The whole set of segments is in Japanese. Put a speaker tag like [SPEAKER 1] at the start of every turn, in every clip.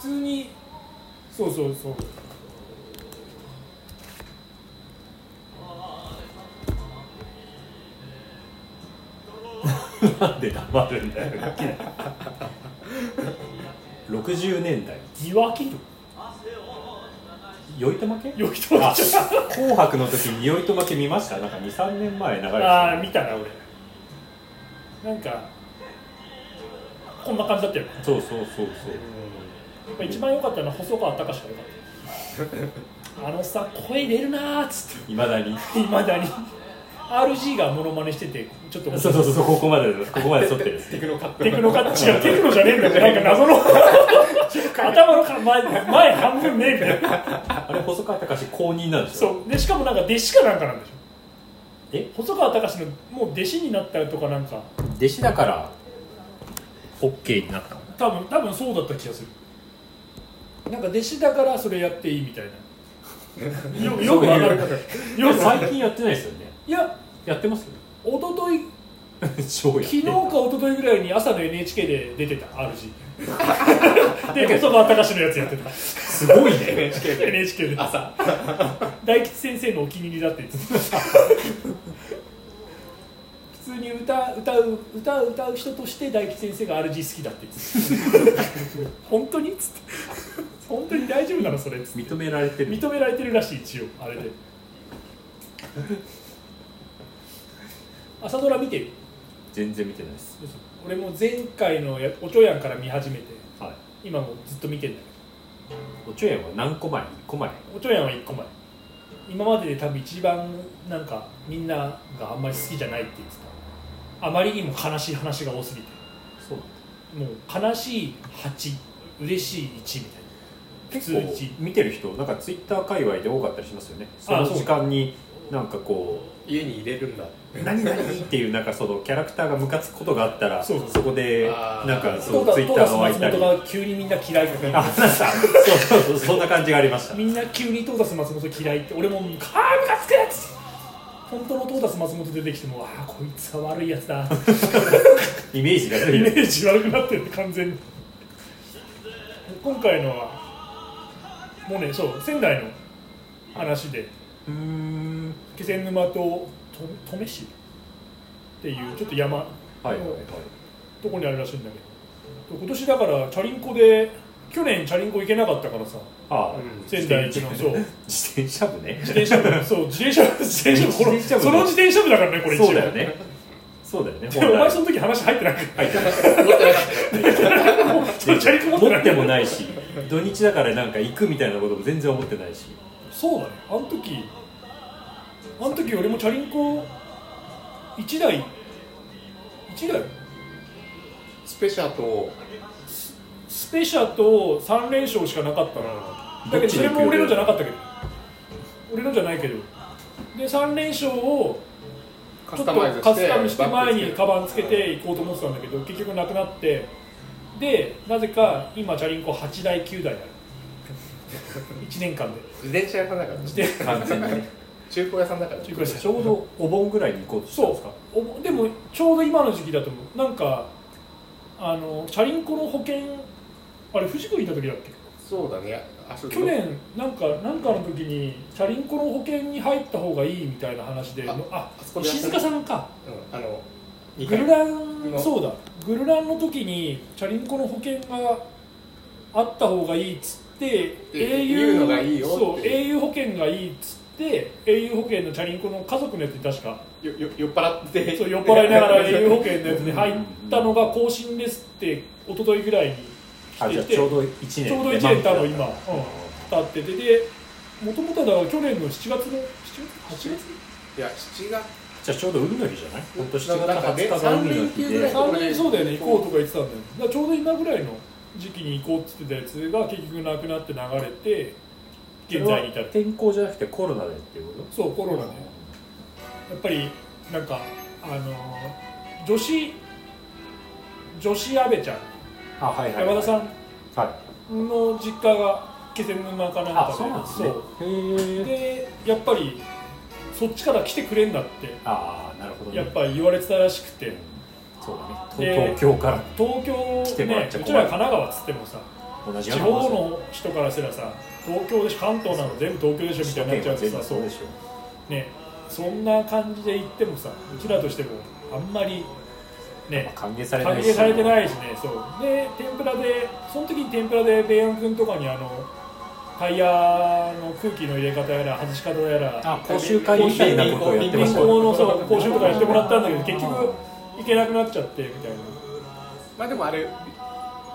[SPEAKER 1] 通にそうそうそう
[SPEAKER 2] なんで黙るんだよ60年代
[SPEAKER 1] 疑惑る
[SPEAKER 2] 酔いとまけ
[SPEAKER 1] よいとまけじゃん
[SPEAKER 2] あ紅白の時に酔いとまけ見ましたなんか23年前流れて
[SPEAKER 1] ああ
[SPEAKER 2] た
[SPEAKER 1] 見たな俺なんかこんな感じだったよ、
[SPEAKER 2] そうそうそう
[SPEAKER 1] やっぱ一番良かったのは細川隆が良かったあのさ声出るなーっつっ
[SPEAKER 2] そういまだに
[SPEAKER 1] ていまだに RG がモノマネしててちょっと面
[SPEAKER 2] そ
[SPEAKER 1] 白
[SPEAKER 2] う
[SPEAKER 1] い
[SPEAKER 2] そうそうここまでここまで沿ってる
[SPEAKER 3] テクノカップ
[SPEAKER 1] テクノカッチがテクノじゃねえんだよなんか謎 の頭のか前前半分ねえみたいな
[SPEAKER 2] あれ細川隆公認なんですよ
[SPEAKER 1] そうでしかもなんか弟子かなんかなんでしょ
[SPEAKER 2] え
[SPEAKER 1] 細川隆のもう弟子になったとかなんか
[SPEAKER 2] 弟子だから OK になったの
[SPEAKER 1] 多分多分そうだった気がするなんか弟子だからそれやっていいみたいなよよくわかるよく
[SPEAKER 2] 最近やってないですよね
[SPEAKER 1] いや
[SPEAKER 2] やってます
[SPEAKER 1] 一昨日
[SPEAKER 2] 超やっ
[SPEAKER 1] 昨
[SPEAKER 2] て
[SPEAKER 1] 日
[SPEAKER 2] る
[SPEAKER 1] か一昨日ぐらいに朝の NHK で出てた RG で細川隆のやつやってた
[SPEAKER 2] すごいね
[SPEAKER 3] NHK で
[SPEAKER 1] NHK で
[SPEAKER 3] 朝
[SPEAKER 1] 大吉先生のお気に入りだって言ってた普通に歌歌う歌う歌う人として大吉先生が RG 好きだって言ってた本当にっつって本当に大丈夫なのそれっつって
[SPEAKER 2] 認められてる
[SPEAKER 1] 認められてるらしい一応あれで朝ドラ見てる
[SPEAKER 2] 全然見てないです
[SPEAKER 1] 俺も前回のやおちょやんから見始めて
[SPEAKER 2] はい
[SPEAKER 1] 今もずっと見てんだけ
[SPEAKER 2] おちょやんは何個前1個前
[SPEAKER 1] どおちょやんは1個前今までで多分一番なんかみんながあんまり好きじゃないって言ってたあまりにも悲しい話が多すぎて
[SPEAKER 2] そうなんだ
[SPEAKER 1] もう悲しい8嬉しい1みたいな
[SPEAKER 2] 結
[SPEAKER 1] 普通
[SPEAKER 2] 構
[SPEAKER 1] 一
[SPEAKER 2] 見てる人なんかツイッター界隈で多かったりしますよねそ
[SPEAKER 1] あ
[SPEAKER 2] の
[SPEAKER 1] そう
[SPEAKER 2] 時間になんかこ
[SPEAKER 3] 家に入れるんだ
[SPEAKER 2] う「何々」っていうなんかそのキャラクターがムカつくことがあったら
[SPEAKER 1] そ
[SPEAKER 2] そう
[SPEAKER 1] そう
[SPEAKER 2] こで
[SPEAKER 3] あー
[SPEAKER 2] なんか
[SPEAKER 1] ト
[SPEAKER 2] そ
[SPEAKER 1] ータ
[SPEAKER 2] うツイ
[SPEAKER 1] ス
[SPEAKER 2] ッターが湧い
[SPEAKER 1] 松
[SPEAKER 2] たり
[SPEAKER 1] 本
[SPEAKER 2] あ
[SPEAKER 1] が急にみんな嫌いとか言って
[SPEAKER 2] なんかそうそうそうそんな感じがありました
[SPEAKER 1] みんな急にトータス松本嫌いって俺も「あームカつくやつ!」本当のトータス松本出てきても「ああこいつは悪いやつだ」
[SPEAKER 2] イメージが
[SPEAKER 1] イメ
[SPEAKER 2] ね
[SPEAKER 1] ージ悪くなってる完全に今回のはもうねそう仙台の話で
[SPEAKER 2] うーん
[SPEAKER 1] 気仙沼とと登米市っていうちょっと山の
[SPEAKER 2] はいはいはい
[SPEAKER 1] とこにあるらしいんだけど今年だからチャリンコで去年チャリンコ行けなかったからさ
[SPEAKER 2] ああ、
[SPEAKER 3] うん
[SPEAKER 1] 仙台一のそう
[SPEAKER 2] 自転車部ね
[SPEAKER 1] 自転車部そう自転車部自転車部この
[SPEAKER 2] 自転車部
[SPEAKER 1] その自転車部だからねこれ一応
[SPEAKER 2] そうだよねそうだよね
[SPEAKER 1] でお前そ
[SPEAKER 2] 本
[SPEAKER 1] の時話入ってなく
[SPEAKER 2] 来入ってます
[SPEAKER 3] 持ってなかっ
[SPEAKER 1] そのチャリンコ持って
[SPEAKER 2] 持
[SPEAKER 1] な
[SPEAKER 2] っ
[SPEAKER 1] い
[SPEAKER 2] てもないし土日だからなんか行くみたいなことも全然思ってないし
[SPEAKER 1] そうだねあの時あの時俺もチャリンコ1台1台
[SPEAKER 3] たスペシャと
[SPEAKER 1] スペシャと3連勝しかなかったなだけどそれも俺のじゃなかったけど俺のじゃないけどで3連勝を
[SPEAKER 3] カ
[SPEAKER 1] ちょっ
[SPEAKER 3] ス
[SPEAKER 1] と
[SPEAKER 3] タマイズして
[SPEAKER 1] カスタムして前にカ
[SPEAKER 3] バ
[SPEAKER 1] バンつけていこうと思ってたんだけど結局なくなってでなぜか今チャリンコ8台9台ある1年間で
[SPEAKER 3] 自転車屋さんだから
[SPEAKER 1] 自転
[SPEAKER 2] 完全にね
[SPEAKER 3] 中古屋さんだから
[SPEAKER 1] 中古車
[SPEAKER 2] ちょうどお盆ぐらいに行こうとしたんですか
[SPEAKER 1] そうおでもちょうど今の時期だと思うなんかあのチャリンコの保険あれ藤君いた時だっけ
[SPEAKER 3] そうだねあそう
[SPEAKER 1] 去年なんかなんかの時にチャリンコの保険に入った方がいいみたいな話であ
[SPEAKER 3] ああそこでやった
[SPEAKER 1] 石塚さんか
[SPEAKER 3] うんあの
[SPEAKER 1] グ
[SPEAKER 3] 二回
[SPEAKER 1] ルラン
[SPEAKER 3] の
[SPEAKER 1] そうだグルランの時にチャリンコの保険があった方がいいっつって
[SPEAKER 3] で言うのがいいよって
[SPEAKER 1] そう au 保険がいいっつって au 保険のチャリンコの家族のやつに確か
[SPEAKER 3] よよ酔っ払っ て
[SPEAKER 1] そう酔っ払いなが ら栄養保険のやつに入ったのが更新ですって一昨日ぐらいに
[SPEAKER 2] あじゃあ
[SPEAKER 1] 来て
[SPEAKER 2] ちょうど1年
[SPEAKER 1] ちょうど1年多分
[SPEAKER 2] 今
[SPEAKER 1] 今、うん、経っててでもともとだから去年の7月の7月8
[SPEAKER 3] いや7月
[SPEAKER 2] じゃあちょうど海の日じゃない今年
[SPEAKER 3] なんかなんかね
[SPEAKER 2] 20日が海の日
[SPEAKER 3] 三連休ぐ
[SPEAKER 2] で
[SPEAKER 3] らい
[SPEAKER 1] 月3年そうだよね行こうとか言ってたんだよねだからちょうど今ぐらいの時期に行こうって言ってたやつが結局なくなって流れて現在に至る
[SPEAKER 2] 天候じゃなくてコロナでっていうこ
[SPEAKER 1] そうコロ
[SPEAKER 2] と
[SPEAKER 1] ナで、やっぱりなんかあの女子女子阿部ちゃん
[SPEAKER 2] あはいはい
[SPEAKER 1] 山田さん
[SPEAKER 2] んはい
[SPEAKER 1] の実家が気仙沼かなんかで
[SPEAKER 2] あそうなんですね
[SPEAKER 1] そう
[SPEAKER 2] へえ
[SPEAKER 1] でやっぱりそっちから来てくれんだって
[SPEAKER 2] ああなるほどね
[SPEAKER 1] やっぱり言われてたらしくて
[SPEAKER 2] そうだね
[SPEAKER 1] で
[SPEAKER 2] 東東京から
[SPEAKER 1] 東京
[SPEAKER 2] 来てもら
[SPEAKER 1] ね
[SPEAKER 2] っちゃ
[SPEAKER 1] う
[SPEAKER 2] 困る
[SPEAKER 1] ちら神奈川っつってもさ
[SPEAKER 2] 同じ
[SPEAKER 1] 地
[SPEAKER 2] ような
[SPEAKER 1] 方の人からすらさ東京でしょ関東なの全部東京でしょみたいになっちゃうとさ
[SPEAKER 2] そうでし
[SPEAKER 1] そうねそんな感じで言ってもさうちらとしてもあんまり
[SPEAKER 2] ょ
[SPEAKER 1] ね
[SPEAKER 2] 歓迎さ
[SPEAKER 1] 歓
[SPEAKER 2] れないし
[SPEAKER 1] 迎されてないいしねそうで天ぷらでその時に天ぷらでベイアン君とかにあのタイヤの空気の入れ方やら外し方やら
[SPEAKER 2] あ講習会みたいなことをやってま
[SPEAKER 1] 民
[SPEAKER 2] した
[SPEAKER 1] 放
[SPEAKER 2] よ
[SPEAKER 1] のそう講習とかやってもらったんだけど結局行けなくなっちゃってみたいな
[SPEAKER 3] まあでもあれ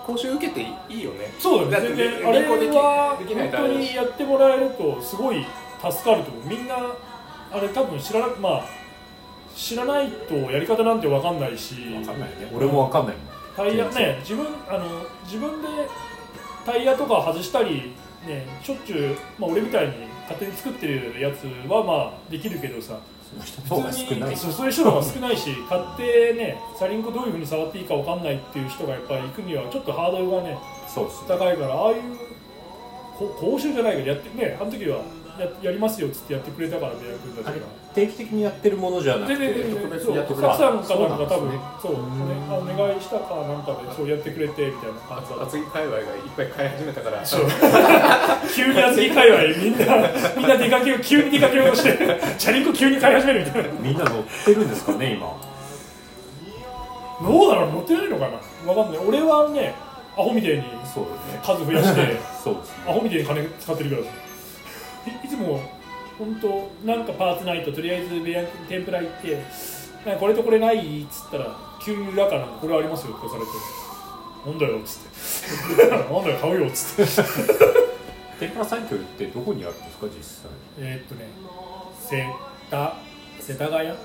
[SPEAKER 3] 講習受けていいよね
[SPEAKER 1] そうだ
[SPEAKER 3] だ
[SPEAKER 1] ね
[SPEAKER 3] って
[SPEAKER 1] 全然あれ
[SPEAKER 3] 民放
[SPEAKER 1] は
[SPEAKER 3] できできない
[SPEAKER 1] 本
[SPEAKER 3] と
[SPEAKER 1] 当
[SPEAKER 3] あれだ
[SPEAKER 1] に
[SPEAKER 3] し
[SPEAKER 1] やってもらえるとすごい助かると思うみんなあれ多分知らなまあ知らないとやり方なんて分かんないし
[SPEAKER 2] わかんないね俺もわかんないもん
[SPEAKER 1] タイヤね自分あの自分でタイヤとか外したりねしょっちゅう、まあ、俺みたいに勝手に作ってるやつはまあできるけどさ
[SPEAKER 2] その人
[SPEAKER 1] 普
[SPEAKER 2] の方が
[SPEAKER 1] 通
[SPEAKER 2] 少
[SPEAKER 1] に
[SPEAKER 2] ない
[SPEAKER 1] そうそういう人の方が少ない し買ってねサリンコどういうふうに触っていいか分かんないっていう人がやっぱり行くにはちょっとハードルがね
[SPEAKER 2] そうっすね
[SPEAKER 1] 高いからああいうこ講習じゃないけどやってねあの時はややりますよっつってやってくれたからベア君たち
[SPEAKER 2] あ
[SPEAKER 1] が
[SPEAKER 2] れ定期的にやってるものじゃなく
[SPEAKER 1] 全然
[SPEAKER 2] て
[SPEAKER 1] 全
[SPEAKER 2] 特
[SPEAKER 1] 然
[SPEAKER 2] 別
[SPEAKER 1] そ
[SPEAKER 2] にや
[SPEAKER 1] う
[SPEAKER 2] って
[SPEAKER 1] サ
[SPEAKER 2] く
[SPEAKER 1] ク
[SPEAKER 2] れる
[SPEAKER 1] さんかなんか多
[SPEAKER 2] そう
[SPEAKER 1] 分
[SPEAKER 2] なんですね
[SPEAKER 1] そうおねあお願いしたかなんかでそうやってくれてみたいな感じだった
[SPEAKER 3] 厚木界隈がいっぱい買い始めたから
[SPEAKER 1] そう急に厚木界隈みんなみんな出かけよう急に出かけようとしてチャリンコ急に買い始めるみたいな
[SPEAKER 2] みんな乗ってるんですか ね今
[SPEAKER 1] どうだろう乗ってないのかなわかんない俺はねアホみたいに
[SPEAKER 2] そうですね
[SPEAKER 1] 数増や して
[SPEAKER 2] そうですね
[SPEAKER 1] アホみたいに金使ってるからさいいつも本当なんかパーツないととりあえずベア天ぷら行ってなんかこれとこれないっつったら急に裏からこれありますよってされてなんだよっつって なんだよ買うよっつって
[SPEAKER 2] 天ぷら三協ってどこにあるんですか実際
[SPEAKER 1] えーっとねせた世田谷普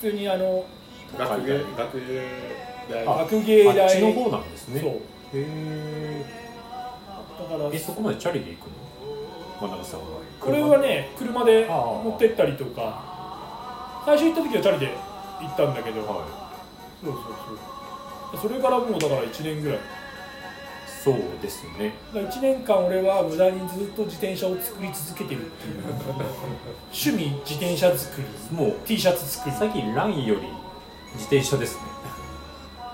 [SPEAKER 1] 通にあの
[SPEAKER 3] 学芸学芸大
[SPEAKER 2] あ
[SPEAKER 1] 学芸大
[SPEAKER 2] あっちの方なんですね
[SPEAKER 1] そう
[SPEAKER 2] へえ
[SPEAKER 1] だから
[SPEAKER 2] えそこまでチャリで行くの真鍋さんは
[SPEAKER 1] これはね車で
[SPEAKER 2] ああ
[SPEAKER 1] 持ってったりとか最初行った時はチャリで行ったんだけど、
[SPEAKER 2] は
[SPEAKER 1] そうそうそうそれからもうだから1年ぐらい
[SPEAKER 2] いそうですね
[SPEAKER 1] だから1年間俺は無駄にずっと自転車を作り続けてるってい う趣味自転車作り
[SPEAKER 2] もう
[SPEAKER 1] T シャツ作る
[SPEAKER 2] 最近ランより自転 車ですね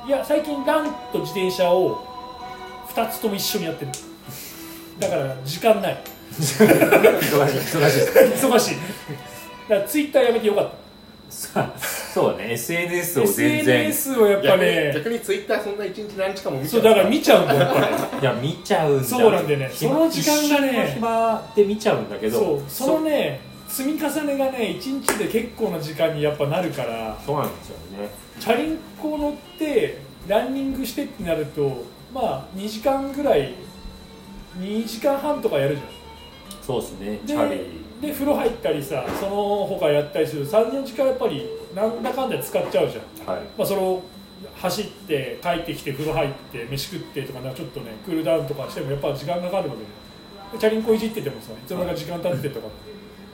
[SPEAKER 1] いや最近ランと自転車を2つとも一緒にやってるだから時間ない
[SPEAKER 2] 忙しい忙しい
[SPEAKER 1] 忙しいだからツイッターやめてよかっ
[SPEAKER 2] さそうだね SNS
[SPEAKER 1] た
[SPEAKER 2] を全然
[SPEAKER 1] SNS をやっぱね
[SPEAKER 3] 逆にツイッターそんな一日何日かも見ち
[SPEAKER 1] そ
[SPEAKER 3] ゃ
[SPEAKER 1] うだから見ちゃうんだよやっぱり
[SPEAKER 2] いや見ちゃうんだ
[SPEAKER 1] そうなんだよね
[SPEAKER 2] 暇
[SPEAKER 1] その時間がね
[SPEAKER 2] 一瞬の暇で見ちゃうんだけど
[SPEAKER 1] そうそのね積み重ねがね1日で結構な時間にやっぱなるから
[SPEAKER 2] そうなんですよね
[SPEAKER 1] チャリンコ乗ってランニングしてってなるとまあ2時間ぐらい2時間半とかやるじ
[SPEAKER 2] そうですねチ
[SPEAKER 1] ゃ
[SPEAKER 2] ャ
[SPEAKER 1] ん
[SPEAKER 2] リ
[SPEAKER 1] でで風呂入ったりさその他やったりする34時間やっぱりなんだかんだ使っちゃうじゃん、
[SPEAKER 2] はい
[SPEAKER 1] まあ、その走って帰ってきて風呂入って飯食ってとかなんかちょっとねクールダウンとかしてもやっぱ時間かかるのででチャリンコいじっててもさいつの間にか時間経ってとか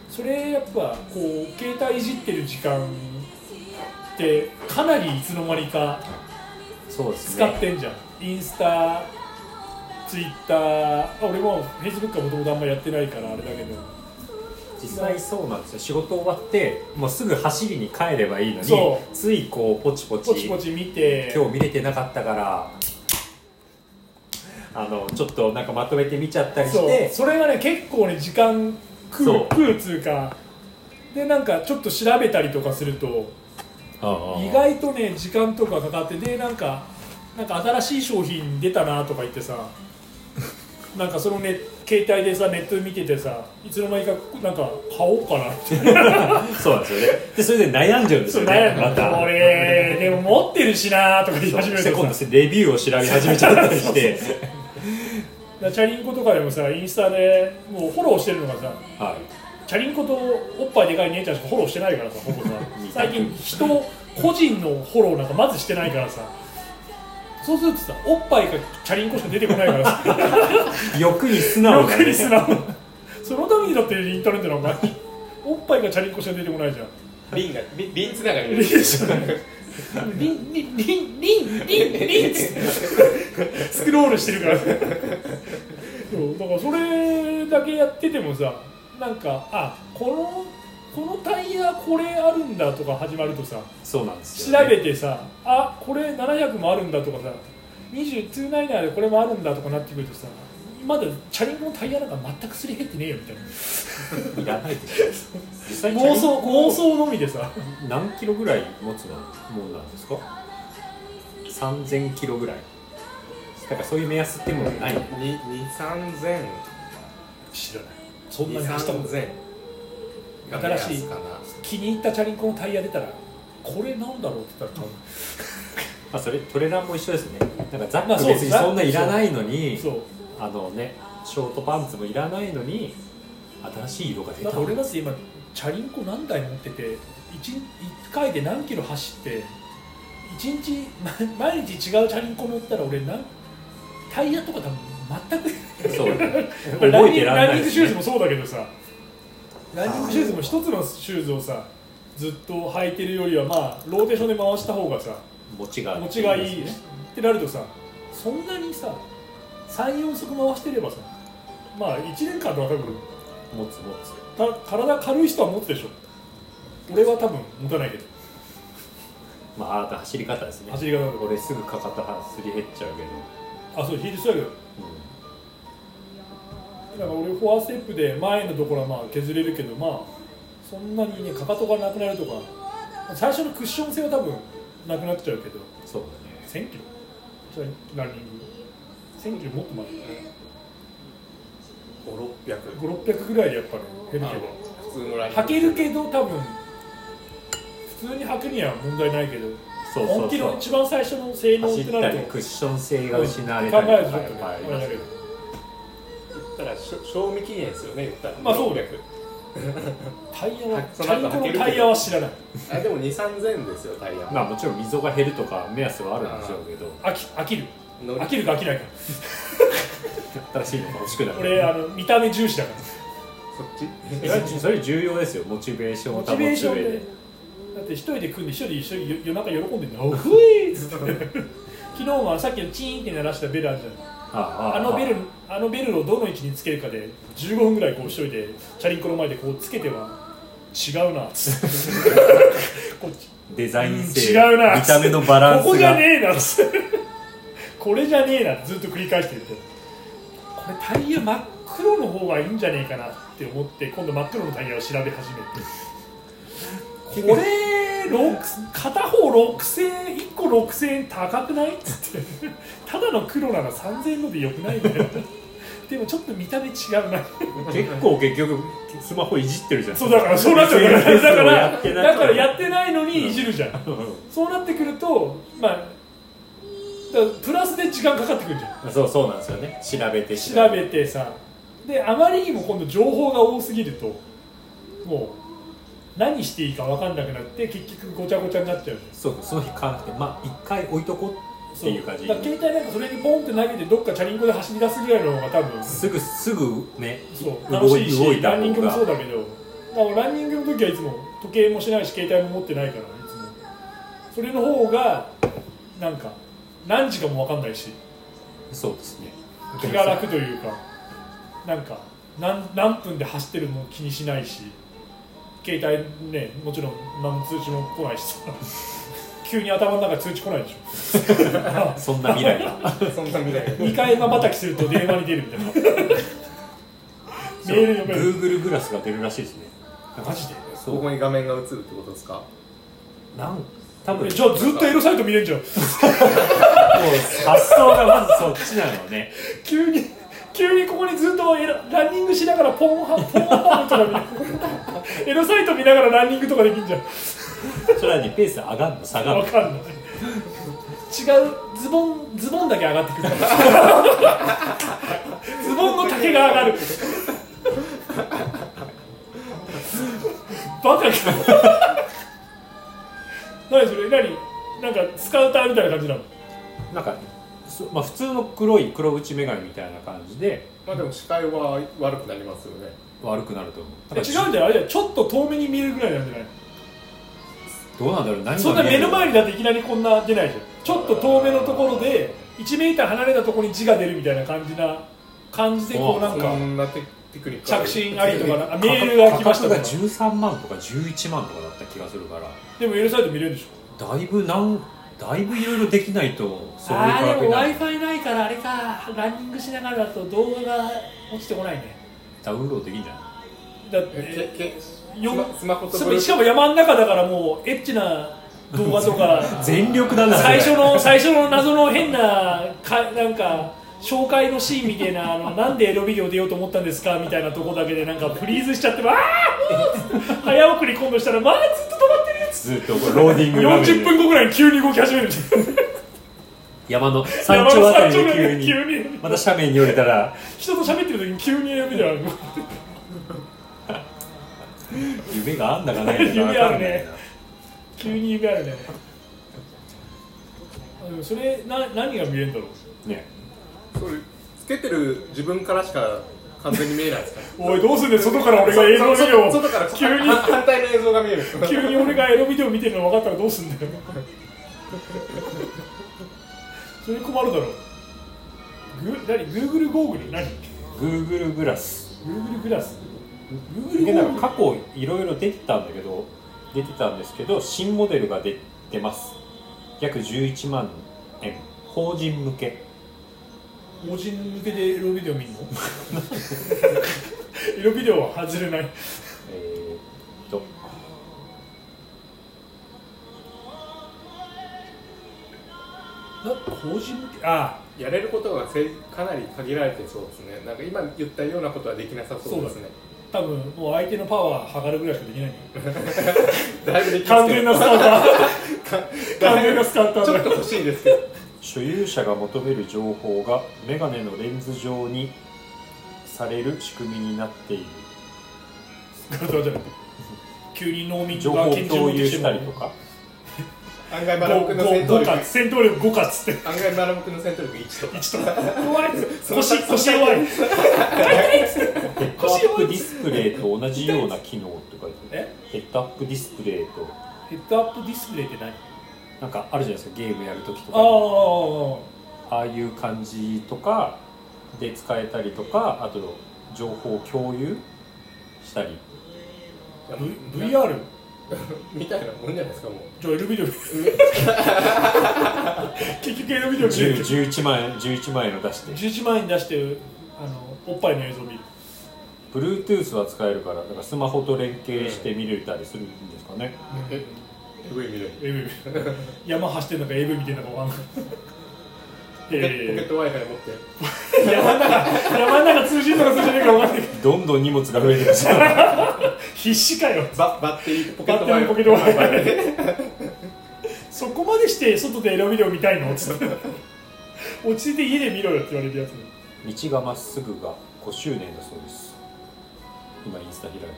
[SPEAKER 1] それやっぱこう携帯いじってる時間ってかなりいつの間にか
[SPEAKER 2] そうです
[SPEAKER 1] 使っ
[SPEAKER 2] ね
[SPEAKER 1] てんじゃん、インスタツイッター俺もフェイスブックはもともとあんまやってないからあれだけど
[SPEAKER 2] 実際そうなんですよ仕事終わってもうすぐ走りに帰ればいいのに
[SPEAKER 1] そ
[SPEAKER 2] ついこうポチポチ
[SPEAKER 1] ポチポチ見て
[SPEAKER 2] 今日見れてなかったからあのちょっとなんかまとめて見ちゃったりし
[SPEAKER 1] そう
[SPEAKER 2] て
[SPEAKER 1] それがね結構ね時間食う
[SPEAKER 2] そう
[SPEAKER 1] 食うつうかでなんかちょっと調べたりとかすると意外とね時間とかかかってでなんかなんか新しい商品出たなとか言って さなんかそのね携帯でさネット見ててさいつの間にかなんか買おうかなって
[SPEAKER 2] そうなんですよねでそれで悩んじゃうんです
[SPEAKER 1] そう
[SPEAKER 2] よ
[SPEAKER 1] 悩
[SPEAKER 2] ね
[SPEAKER 1] む
[SPEAKER 2] また
[SPEAKER 1] これでも持ってるしなとか言い
[SPEAKER 2] そう
[SPEAKER 1] 始める
[SPEAKER 2] で
[SPEAKER 1] と
[SPEAKER 2] 今
[SPEAKER 1] さ
[SPEAKER 2] 度レビューを調べ始めちゃったりして
[SPEAKER 1] チャリンコとかでもさインスタでもうフォローしてるのがさ
[SPEAKER 2] はい
[SPEAKER 1] チャリンコとおっぱいでかい姉ちゃんしかフォローしてないからさほぼさ最近人個人のフォローなんかまずしてないからさそうするとさおっぱいがチャリンコしか出てこないからさ
[SPEAKER 2] 欲に素直
[SPEAKER 1] よ
[SPEAKER 2] だ
[SPEAKER 1] く
[SPEAKER 2] ね
[SPEAKER 1] に素直そのためにだってインターネットなんかおっぱいがチャリンコしか出てこないじゃん
[SPEAKER 3] 瓶が瓶瓶つながり
[SPEAKER 1] リンじゃないリンリンリンリンリンリンっつってスクロールしてるからそうだからそれだけやっててもさなんかあこのこのタイヤこれあるんだとか始まるとさ
[SPEAKER 2] そうなんです
[SPEAKER 1] 調
[SPEAKER 2] よね、
[SPEAKER 1] べてさあこれ700もあるんだとかさ22ナイナーでこれもあるんだとかなってくるとさまだチャリンコのタイヤなんか全くすり減ってねえよみたいない
[SPEAKER 2] らないでしょ実際
[SPEAKER 1] 妄想妄想のみでさ
[SPEAKER 2] 何キロぐらい持つのもんなんですか3000キロぐらいだからそういう目安ってものはない
[SPEAKER 3] に2 3 0
[SPEAKER 1] 知らないそんな
[SPEAKER 3] 0
[SPEAKER 1] に
[SPEAKER 3] 0
[SPEAKER 1] 走ったことない新しい
[SPEAKER 3] かな
[SPEAKER 1] 気に入ったチャリンコのタイヤ出たらこれなんだろうって言ったら買う
[SPEAKER 2] まあそれトレランも一緒ですねなんかザ
[SPEAKER 1] まあ
[SPEAKER 2] ッ
[SPEAKER 1] そ
[SPEAKER 2] ク
[SPEAKER 1] う
[SPEAKER 2] 別に
[SPEAKER 1] ザック
[SPEAKER 2] そんないらないのに
[SPEAKER 1] そう
[SPEAKER 2] あのねショートパンツもいらないのに新しい色が出
[SPEAKER 1] なん
[SPEAKER 2] た
[SPEAKER 1] か俺だって今チャリンコ何台持ってて 1, 回で何キロ走って1日ま毎日違うチャリンコ乗ったら俺なんタイヤとか多分全く
[SPEAKER 2] そう覚えてらん
[SPEAKER 1] ランニングラン
[SPEAKER 2] な
[SPEAKER 1] ニ
[SPEAKER 2] い
[SPEAKER 1] ング
[SPEAKER 2] です
[SPEAKER 1] シューズ
[SPEAKER 2] ね
[SPEAKER 1] もそうだけどさランニングシューズも一つのシューズをさずっと履いてるよりはまあローテーションで回した方がさ
[SPEAKER 2] 持ちが
[SPEAKER 1] 持ちがいい
[SPEAKER 2] で
[SPEAKER 1] っ
[SPEAKER 2] すね
[SPEAKER 1] てなるとさそんなにさ34足回してればさまあ1年間とは多分
[SPEAKER 2] 持つ持つ
[SPEAKER 1] た体軽い人は持つでしょ俺は多分持たないけど
[SPEAKER 2] まああなた走り方ですね
[SPEAKER 1] 走り方とか
[SPEAKER 2] 俺すぐかかったはすり減っちゃうけど、
[SPEAKER 1] あそうヒールスだけどだから俺フォアステップで前のところはまあ削れるけどまあそんなにねかかとがなくなるとか最初のクッション性は多分なくなっちゃうけど
[SPEAKER 2] うん、そうだね
[SPEAKER 1] 1000キロじゃあランニング1000キロもっと前
[SPEAKER 3] 5600
[SPEAKER 1] 5600ぐらいでやっぱり減るけど
[SPEAKER 3] 普通のライン
[SPEAKER 1] 履けるけど多分普通に履くには問題ないけど
[SPEAKER 2] そうそ
[SPEAKER 1] 本
[SPEAKER 2] う
[SPEAKER 1] 気
[SPEAKER 2] そ
[SPEAKER 1] の
[SPEAKER 2] う
[SPEAKER 1] 一番最初の性能っ
[SPEAKER 2] 走ってた
[SPEAKER 1] な
[SPEAKER 2] り
[SPEAKER 1] る
[SPEAKER 2] ク
[SPEAKER 1] と
[SPEAKER 2] ッション性が
[SPEAKER 1] うん
[SPEAKER 2] 失われ
[SPEAKER 1] 考
[SPEAKER 2] たり
[SPEAKER 1] えると
[SPEAKER 2] とか
[SPEAKER 1] ちょっとねあれだ
[SPEAKER 2] やっぱあります
[SPEAKER 1] けど
[SPEAKER 3] たらしょ賞味期限ですよね言ったら
[SPEAKER 1] まあそうだ
[SPEAKER 3] 600
[SPEAKER 1] タイヤは
[SPEAKER 3] は
[SPEAKER 1] チ
[SPEAKER 3] そ
[SPEAKER 1] ャ
[SPEAKER 3] の
[SPEAKER 1] リンコ
[SPEAKER 3] 後履けるけど
[SPEAKER 1] のタイヤは知らない
[SPEAKER 3] あでも2 3 0 0ですよタイヤ
[SPEAKER 2] まあもちろん溝が減るとか目安はあるんでしょうけど
[SPEAKER 1] 飽き飽きる
[SPEAKER 3] 乗り
[SPEAKER 1] 飽きるか飽きないか
[SPEAKER 2] 新しいのが欲しくなる
[SPEAKER 1] 俺あの見た目重視だから
[SPEAKER 3] そっち
[SPEAKER 2] えそれ重要ですよモチベーションを
[SPEAKER 1] モ
[SPEAKER 2] 保
[SPEAKER 1] チ
[SPEAKER 2] つ
[SPEAKER 1] ベーショ
[SPEAKER 2] 上
[SPEAKER 1] ンで
[SPEAKER 2] で
[SPEAKER 1] だって一人で組んで一人で一緒に夜中喜んでん だ「おふい!」っつって 昨日はさっきのチーンって鳴らしたベルあるじゃん
[SPEAKER 2] あ
[SPEAKER 1] あのベルあのベルをどの位置につけるかで15分ぐらいこう一人でチャリンコの前でこうつけては違うなっつって こっち
[SPEAKER 2] デザイン性
[SPEAKER 1] 違うな
[SPEAKER 2] 見た目のバランスが
[SPEAKER 1] ここじゃねえなっつってこれじゃねえなってずっと繰り返してるってこれタイヤ真っ黒の方がいいんじゃねえかなって思って今度真っ黒のタイヤを調べ始めてこれ六片方6000円1個6000円高くないっつってただの黒なら3000円のでよくないみたいなでもちょっと見た目違うな
[SPEAKER 2] 結構結局スマホいじってるじゃん
[SPEAKER 1] そうだからそうなっちゃう からだか
[SPEAKER 2] やってな
[SPEAKER 1] ら
[SPEAKER 2] い
[SPEAKER 1] だからやってないのにいじるじゃん
[SPEAKER 2] うん
[SPEAKER 1] そうなってくると、まあ、だからプラスで時間かかってくるじゃん
[SPEAKER 2] そうそうなんですよね調べて
[SPEAKER 1] 調べてさであまりにも今度情報が多すぎるともう何していいか分かんなくなって結局ごちゃごちゃになっちゃうじゃん
[SPEAKER 2] そうその日買わなくてまあ一回置いとこうっていう感じ
[SPEAKER 1] だから携帯なんかそれにポンって投げてどっかチャリンコで走り出すぐらいの方が多分
[SPEAKER 2] すぐすぐね
[SPEAKER 1] そう楽
[SPEAKER 2] 動
[SPEAKER 1] しい
[SPEAKER 2] い
[SPEAKER 1] し
[SPEAKER 2] 動いた
[SPEAKER 1] ラ
[SPEAKER 2] 方
[SPEAKER 1] ン
[SPEAKER 2] が
[SPEAKER 1] ニングもそうだけどだからランニングの時はいつも時計もしないし携帯も持ってないからいつもそれの方がなんか何時かも分かんないし
[SPEAKER 2] そうですね
[SPEAKER 1] 気が楽というかなんか何何分で走ってるのも気にしないし携帯ねもちろん何も通知も来ないしさ 急に頭の中に通知来ないでしょ
[SPEAKER 2] そんな未来が
[SPEAKER 3] そんな未来が
[SPEAKER 1] 2回まばたきすると電話に出るみたいなメール読める
[SPEAKER 2] Google グラスが出るらしいですね
[SPEAKER 1] マジで
[SPEAKER 2] そ
[SPEAKER 3] こ
[SPEAKER 2] う
[SPEAKER 3] こに画面が映るってことですか
[SPEAKER 2] なん多分
[SPEAKER 1] えじゃあずっとエロサイト見れんじゃん
[SPEAKER 2] もう発想がまずそっちなのね
[SPEAKER 1] 急に急にここにずっとエロランニングしながらポンハポンハとか見るエロサイト見ながらランニングとかできんじゃん
[SPEAKER 2] それはねペース上がんの下がん
[SPEAKER 1] わ
[SPEAKER 2] の
[SPEAKER 1] かんない違うズボンズボンだけ上がってくるズボンの丈が上がるバカか何それ何なんかスカウターみたいな感じなの
[SPEAKER 2] なんかそまあ、普通の黒い黒縁眼鏡みたいな感じで
[SPEAKER 3] まあでも視界は悪くなりますよね
[SPEAKER 2] 悪くなると思う
[SPEAKER 1] え違うんだよあれだよちょっと遠目に見えるぐらいなんじゃない
[SPEAKER 2] どうなんだろう何が
[SPEAKER 1] そんな目の前
[SPEAKER 2] に
[SPEAKER 1] にだっていきなりこんな出ないじゃんちょっと遠目のところで1メーター離れたところに字が出るみたいな感じな感じでこうなん
[SPEAKER 3] そ
[SPEAKER 1] か
[SPEAKER 3] んなテテクニック
[SPEAKER 1] 着信ありとかなあメ
[SPEAKER 2] メ
[SPEAKER 1] ー
[SPEAKER 2] ー
[SPEAKER 1] ル
[SPEAKER 2] ル
[SPEAKER 1] が
[SPEAKER 2] が
[SPEAKER 1] 来
[SPEAKER 2] 来
[SPEAKER 1] ま
[SPEAKER 2] ま
[SPEAKER 1] し
[SPEAKER 2] したた
[SPEAKER 1] と
[SPEAKER 2] が
[SPEAKER 1] か
[SPEAKER 2] 13万とか11万とかだった気がするから
[SPEAKER 1] でもエルサイト見れるんでしょ
[SPEAKER 2] だいぶなんだいぶいろいろできないとそれ
[SPEAKER 1] あ
[SPEAKER 2] か
[SPEAKER 1] あ
[SPEAKER 2] ら
[SPEAKER 1] でも w
[SPEAKER 2] な
[SPEAKER 1] i
[SPEAKER 2] い
[SPEAKER 1] f i ないからあれかランニングしながらだと動画が落ちてこないね
[SPEAKER 2] ダウンロードできんじゃない
[SPEAKER 1] だっ
[SPEAKER 3] え
[SPEAKER 1] て
[SPEAKER 3] けけ
[SPEAKER 1] よ
[SPEAKER 3] スマスマホと
[SPEAKER 1] す
[SPEAKER 3] ブル
[SPEAKER 1] しかも山の中だからもうエッチな動画と か
[SPEAKER 2] 全力だなそ
[SPEAKER 1] 最
[SPEAKER 2] れ
[SPEAKER 1] 初の最初の謎の変なかなんか紹介のシーンみたいなあのなんでエロビデオ出ようと思ったんですかみたいなとこだけでなんかフリーズしちゃってあーうーっ早送り今度したらまあずっと止まってるやつ
[SPEAKER 2] ずっとこれローディング画面で
[SPEAKER 1] 40分後ぐらいに急に動き始める
[SPEAKER 2] 山の山頂あたりで急に
[SPEAKER 1] 山の山頂で急に
[SPEAKER 2] また斜面に降りたら
[SPEAKER 1] 人と喋ってる時に 急にエロビデオある
[SPEAKER 2] 夢があんだかないのか分
[SPEAKER 1] 夢
[SPEAKER 2] か
[SPEAKER 1] あ
[SPEAKER 2] ん
[SPEAKER 1] る
[SPEAKER 2] ないな、
[SPEAKER 1] ね急に夢あるねあでもそれな何が見えるんだろう
[SPEAKER 2] ね
[SPEAKER 3] それつけてる自分からしか完全に見えないです から
[SPEAKER 1] おいどうすんねん外から俺が映像ビデ
[SPEAKER 3] そ
[SPEAKER 1] オ
[SPEAKER 3] 外から
[SPEAKER 1] 急に
[SPEAKER 3] 反反対の映像が見える
[SPEAKER 1] 急に俺がエロビデオ見てるの分かったらどうすんだよそれ困るだろうグ何 Google ゴーグル何
[SPEAKER 2] Google グラス
[SPEAKER 1] Google グラス Google
[SPEAKER 2] で
[SPEAKER 1] ゴ
[SPEAKER 2] な
[SPEAKER 1] ー
[SPEAKER 2] ん
[SPEAKER 1] グ
[SPEAKER 2] か過去いろいろ出てたんだけど出てたんですけど新モデルが出てます約11万円法人向け
[SPEAKER 1] ル法人向けでエロビデオ見るのエロビデオは外れない
[SPEAKER 2] えー、っと
[SPEAKER 1] な法人向けああ
[SPEAKER 3] やれることがせいかなり限られてそうですねなんか今言ったようなことはできなさそうですね
[SPEAKER 1] 多分もう相手のパワー測るぐらいしかできないね
[SPEAKER 3] だいぶできます
[SPEAKER 1] 完
[SPEAKER 3] け
[SPEAKER 1] 全
[SPEAKER 3] ど
[SPEAKER 1] なスターター 完
[SPEAKER 3] だい
[SPEAKER 1] 全
[SPEAKER 3] ぶ
[SPEAKER 1] なスターター
[SPEAKER 3] ちょ
[SPEAKER 1] だ
[SPEAKER 3] っと欲しいですけど
[SPEAKER 2] 所有者が求める情報がメガネのレンズ上にされる仕組みになっている
[SPEAKER 1] ちょっと待って急に農民
[SPEAKER 2] 情
[SPEAKER 1] が
[SPEAKER 2] 報
[SPEAKER 1] 拳銃
[SPEAKER 2] 共
[SPEAKER 1] を握
[SPEAKER 2] 有
[SPEAKER 1] って
[SPEAKER 2] し
[SPEAKER 1] も
[SPEAKER 2] たりとか
[SPEAKER 3] 案外マラモ
[SPEAKER 1] ご
[SPEAKER 3] クの戦闘
[SPEAKER 1] ご五
[SPEAKER 3] 力
[SPEAKER 1] か戦闘力5かっつって
[SPEAKER 3] 案外マラモクの戦闘力1とか
[SPEAKER 1] ちょっと怖い
[SPEAKER 3] その
[SPEAKER 1] 腰
[SPEAKER 3] 先
[SPEAKER 1] 腰弱い
[SPEAKER 2] ヘッドアップディスプレイと同じような機能って書いてある
[SPEAKER 1] え
[SPEAKER 2] ヘッドアップディスプレイと
[SPEAKER 1] ヘッドアップディスプレイって何あ
[SPEAKER 2] なんかあるじゃないですかゲームやるときとかに
[SPEAKER 1] あ
[SPEAKER 2] ああいう感じとかで使えたりとかあと情報共有したり
[SPEAKER 1] V- VR
[SPEAKER 3] みたいなもんじゃないですかもう
[SPEAKER 1] じゃあ L ビデオ結局 L ビデオ見るけど
[SPEAKER 2] 11万円11万円を出して
[SPEAKER 1] 11万円出してあのおっぱいの映像見る
[SPEAKER 2] Bluetooth は使えるからだからスマホと連携して見れたりするんですかね、
[SPEAKER 3] ええぐい未来
[SPEAKER 1] AV 山走ってんのか AV 見てんのかわかんない
[SPEAKER 3] ポケポケッ
[SPEAKER 1] え
[SPEAKER 3] ト Wi-Fi 持って
[SPEAKER 1] え山の中山の中通信とかするんじゃねえかわかんないけど
[SPEAKER 2] どんどん荷物が増えてるし
[SPEAKER 1] 必死かよ
[SPEAKER 3] ババッテリーポケ
[SPEAKER 1] バッ
[SPEAKER 3] ッ
[SPEAKER 1] テリーポ
[SPEAKER 3] ト Wi-Fi
[SPEAKER 1] ケット Wi-Fi そこまでして外でエロビデオ見たいのつって落ち着いて家で見ろよって言われるやつね
[SPEAKER 2] 道がまっすぐが5周年だそうです今インスタ開いたら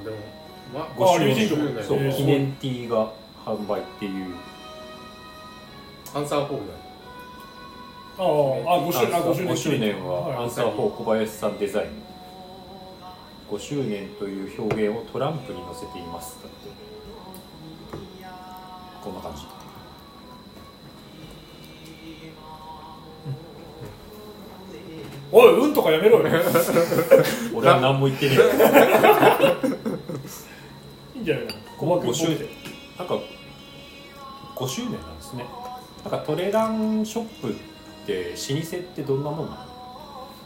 [SPEAKER 3] あでもま
[SPEAKER 1] ごあ
[SPEAKER 2] 5
[SPEAKER 1] 友人
[SPEAKER 2] 周
[SPEAKER 1] と
[SPEAKER 2] 年
[SPEAKER 1] か
[SPEAKER 2] そう
[SPEAKER 1] へー
[SPEAKER 2] 記念 T が販売っていう
[SPEAKER 3] アンサーフォームだ
[SPEAKER 1] あああ5周年あ5周年
[SPEAKER 2] 5周年はアン
[SPEAKER 1] い
[SPEAKER 2] サー4小林さんデザイン5周年という表現をトランプに載せていますだってこんな感じ
[SPEAKER 1] おいうんとかやめろよ
[SPEAKER 2] 俺は何も言ってねえよ
[SPEAKER 1] いいんじゃないかな
[SPEAKER 2] ここ5周年なんか5周年なんですねなんかトレランショップって老舗ってどんなもんなの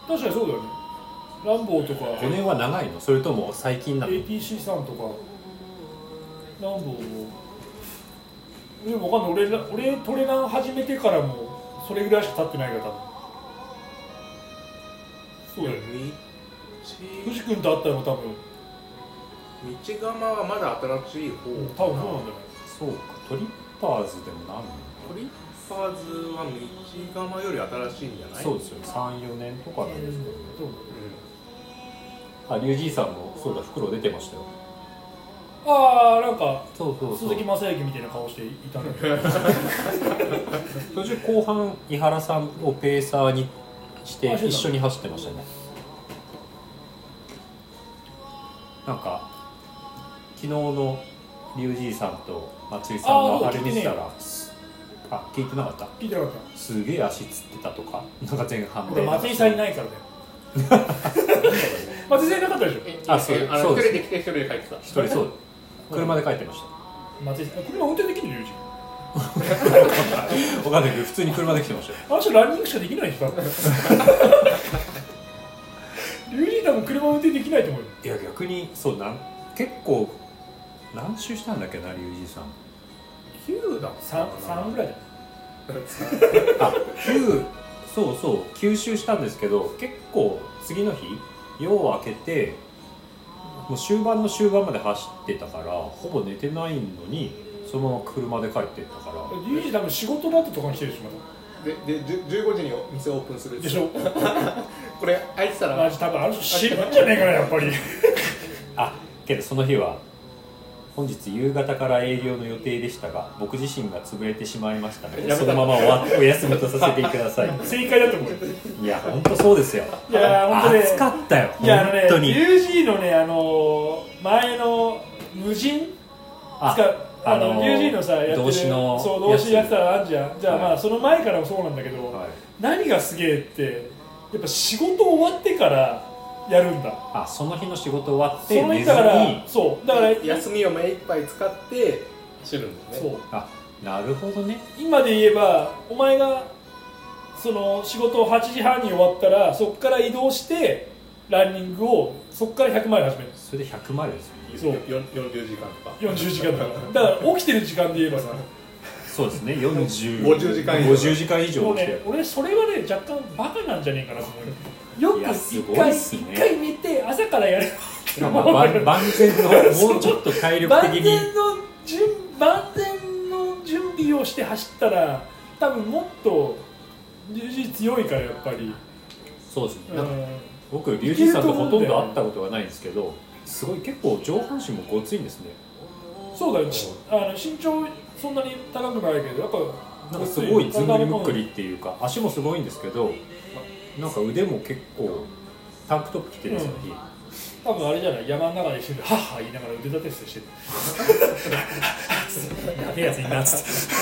[SPEAKER 1] 確かにそうだよねランボーとか
[SPEAKER 2] 5年は長いのそれとも最近なの
[SPEAKER 1] ATC さんとかランボーもでもわかんない俺ら俺トレラン始めてからもそれぐらいしか経ってないから多分そうだよね藤君と会ったの多分
[SPEAKER 3] 道釜はまだ新しい方
[SPEAKER 1] 多分そうなんだよね
[SPEAKER 2] そうかトリッパーズでもなんの
[SPEAKER 3] トリッパーズは道釜より新しいんじゃない
[SPEAKER 2] そうですよ34年とかなんですけど
[SPEAKER 1] そう
[SPEAKER 3] う
[SPEAKER 2] あリュウジーさんもそうだ袋出てましたよ
[SPEAKER 1] ああなんか
[SPEAKER 2] そうそ
[SPEAKER 1] 鈴木雅之みたいな顔していたね
[SPEAKER 2] 途中後半井原さんをペーサーにして
[SPEAKER 1] あそうなの
[SPEAKER 2] 一緒に走ってましたねなんか昨日のリュウジーさんと松井さんが
[SPEAKER 1] あー
[SPEAKER 2] あれ
[SPEAKER 1] そう
[SPEAKER 2] 見てたらあ聞いてなかった
[SPEAKER 1] 聞いてなかっ
[SPEAKER 2] すげえ足つってたとかなんか前半
[SPEAKER 1] た
[SPEAKER 2] で
[SPEAKER 1] 俺松井さんいないからだよ 松井さんいなかったでしょ
[SPEAKER 3] ん
[SPEAKER 2] あそう
[SPEAKER 3] えあ
[SPEAKER 2] そ
[SPEAKER 3] の
[SPEAKER 2] う
[SPEAKER 3] 一
[SPEAKER 2] です
[SPEAKER 3] 人で来て一人で帰ってた
[SPEAKER 2] 一人そう車で帰ってました
[SPEAKER 1] 松井さんあ車運転できるの友人
[SPEAKER 2] わかんないけど普通に車で来てましたよ
[SPEAKER 1] あの人ランニングしかできない でしょリュウリーダーも車運転できないと思うよ
[SPEAKER 2] いや逆にそうなん結構何周したんだっけな龍二さん
[SPEAKER 3] 9だった
[SPEAKER 1] 三
[SPEAKER 3] かな
[SPEAKER 1] 三ぐらいじ
[SPEAKER 2] あ九そうそう吸収したんですけど結構次の日夜を明けてもう終盤の終盤まで走ってたからほぼ寝てないのにそのまま車で帰ってった
[SPEAKER 1] ゃ
[SPEAKER 2] か
[SPEAKER 1] ないリュウジ多分仕事だってとかに来てるでしょま
[SPEAKER 3] ででじゅ15時にお店オープンする
[SPEAKER 1] たでしょ
[SPEAKER 3] これ開いてたら
[SPEAKER 1] マジ多分あの人知るんじゃねえかなやっ ぱり
[SPEAKER 2] らあけどその日は本日夕方から営業の予定でしたが僕自身が潰れてしまいましたので
[SPEAKER 3] やめた
[SPEAKER 2] そのまま終わお休みとさせてくだ さい
[SPEAKER 1] 正解だと思うよ
[SPEAKER 2] いや本当そうですよ
[SPEAKER 1] いやー本当ね
[SPEAKER 2] 暑かったよ
[SPEAKER 1] いやあのね
[SPEAKER 2] 本当に
[SPEAKER 1] UG のねあのー前の無人
[SPEAKER 2] あ
[SPEAKER 1] つかあの
[SPEAKER 2] あのー
[SPEAKER 1] UG のさやってる
[SPEAKER 2] 動詞の
[SPEAKER 1] そう動詞やってたらあんじゃんじゃあ、
[SPEAKER 2] はい
[SPEAKER 1] まあその前からもそうなんだけど、
[SPEAKER 2] はい
[SPEAKER 1] 何がすげえってやっぱ仕事終わってからやるんだ
[SPEAKER 2] あその日の仕事終わっ
[SPEAKER 1] そ
[SPEAKER 2] て
[SPEAKER 1] の
[SPEAKER 2] 寝
[SPEAKER 1] 日
[SPEAKER 2] ず
[SPEAKER 1] だから
[SPEAKER 2] に
[SPEAKER 1] そうだから
[SPEAKER 3] 休みを目いっぱい使って走るんだよ
[SPEAKER 1] そ
[SPEAKER 3] ね
[SPEAKER 1] う
[SPEAKER 2] あなるほどね
[SPEAKER 1] 今で言えばお前がその仕事を8時半に終わったらそこから移動してランニングをそこから100マイル始めるんです
[SPEAKER 2] それで100マイルですよね
[SPEAKER 1] そう
[SPEAKER 3] よよ40時間とか
[SPEAKER 1] 40時間だからだから起きてる時間で言えばさ
[SPEAKER 2] そうですね40
[SPEAKER 3] 50時間以上
[SPEAKER 2] 50時間以上
[SPEAKER 1] もう
[SPEAKER 2] 来て
[SPEAKER 1] ね
[SPEAKER 2] る
[SPEAKER 1] 俺それはね若干バカなんじゃねえかなと思うよ
[SPEAKER 2] い
[SPEAKER 1] よ
[SPEAKER 2] や
[SPEAKER 1] く一
[SPEAKER 2] すご
[SPEAKER 1] 回
[SPEAKER 2] いっ
[SPEAKER 1] 一、
[SPEAKER 2] すね
[SPEAKER 1] 回寝て朝からやる
[SPEAKER 2] まあまあ万万全のもうちょっと体力
[SPEAKER 1] 万
[SPEAKER 2] 的に
[SPEAKER 1] 全の準万全の準備をして走ったら多分もっと充実強いからやっぱり、
[SPEAKER 2] そうですね
[SPEAKER 1] う
[SPEAKER 2] なんか
[SPEAKER 1] ん、
[SPEAKER 2] 僕龍神さんとほとんど会ったことがないんですけどすごい結構上半身もごついんですね
[SPEAKER 1] そうだよちあの身長そんなに高くないけどやっぱ
[SPEAKER 2] なんかすごいずんぐりむっくりっていうか足もすごいんですけどなんか腕も結構タンクトップ着てるんですよね、
[SPEAKER 1] 多分あれじゃない山の中で一緒にハッハ言いながら腕立て伏せしてるやべえやついんなっつって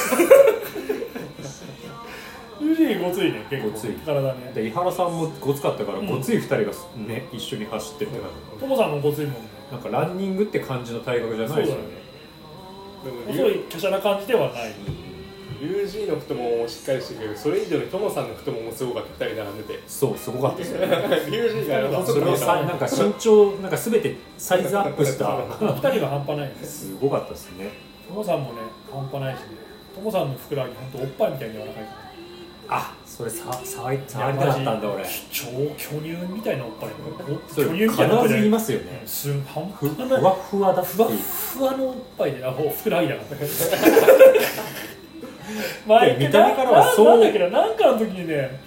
[SPEAKER 1] 友人ごついね結構
[SPEAKER 2] ごつい
[SPEAKER 1] 体ね
[SPEAKER 2] で井原さんもごつかったから
[SPEAKER 1] うん
[SPEAKER 2] ごつい2人がすね、一緒に走ってるって感
[SPEAKER 1] ともさんもごついもんね
[SPEAKER 2] じなんかランニングって感じの体格じゃないですよね
[SPEAKER 3] でも
[SPEAKER 1] 細い華奢な感じではない
[SPEAKER 3] 龍神の太もももしっかりしてるけどそれ以上にトモさんの太もももすごかった2人並んでて
[SPEAKER 2] そうすごかったですよね
[SPEAKER 3] 龍神が細
[SPEAKER 2] そ
[SPEAKER 3] く
[SPEAKER 2] れ
[SPEAKER 3] 見
[SPEAKER 2] を
[SPEAKER 3] え
[SPEAKER 2] さ
[SPEAKER 3] た
[SPEAKER 2] なんか身長なんか全てサイズアップした
[SPEAKER 1] 二人が半端ないです
[SPEAKER 2] すごかったですね
[SPEAKER 1] ともさんもね半端ないしねともさんのふくらはぎほんとおっぱいみたいに柔らかいから
[SPEAKER 2] あそれさ触り触りたかったんだ俺
[SPEAKER 1] 超巨乳みたいなおっぱい
[SPEAKER 2] それ
[SPEAKER 1] 巨乳み
[SPEAKER 2] 必
[SPEAKER 1] たいなおっぱいじゃな
[SPEAKER 2] ず言い
[SPEAKER 1] い
[SPEAKER 2] ますよね
[SPEAKER 1] すん半
[SPEAKER 2] ふ
[SPEAKER 1] 端ない
[SPEAKER 2] ふわふわだって
[SPEAKER 1] ふわ
[SPEAKER 2] いう
[SPEAKER 1] ふわのおっぱいで、あ、ほう、ふくらはぎだから。
[SPEAKER 2] いや見た目からはそう
[SPEAKER 1] ななんだっけど、なんかの時にね、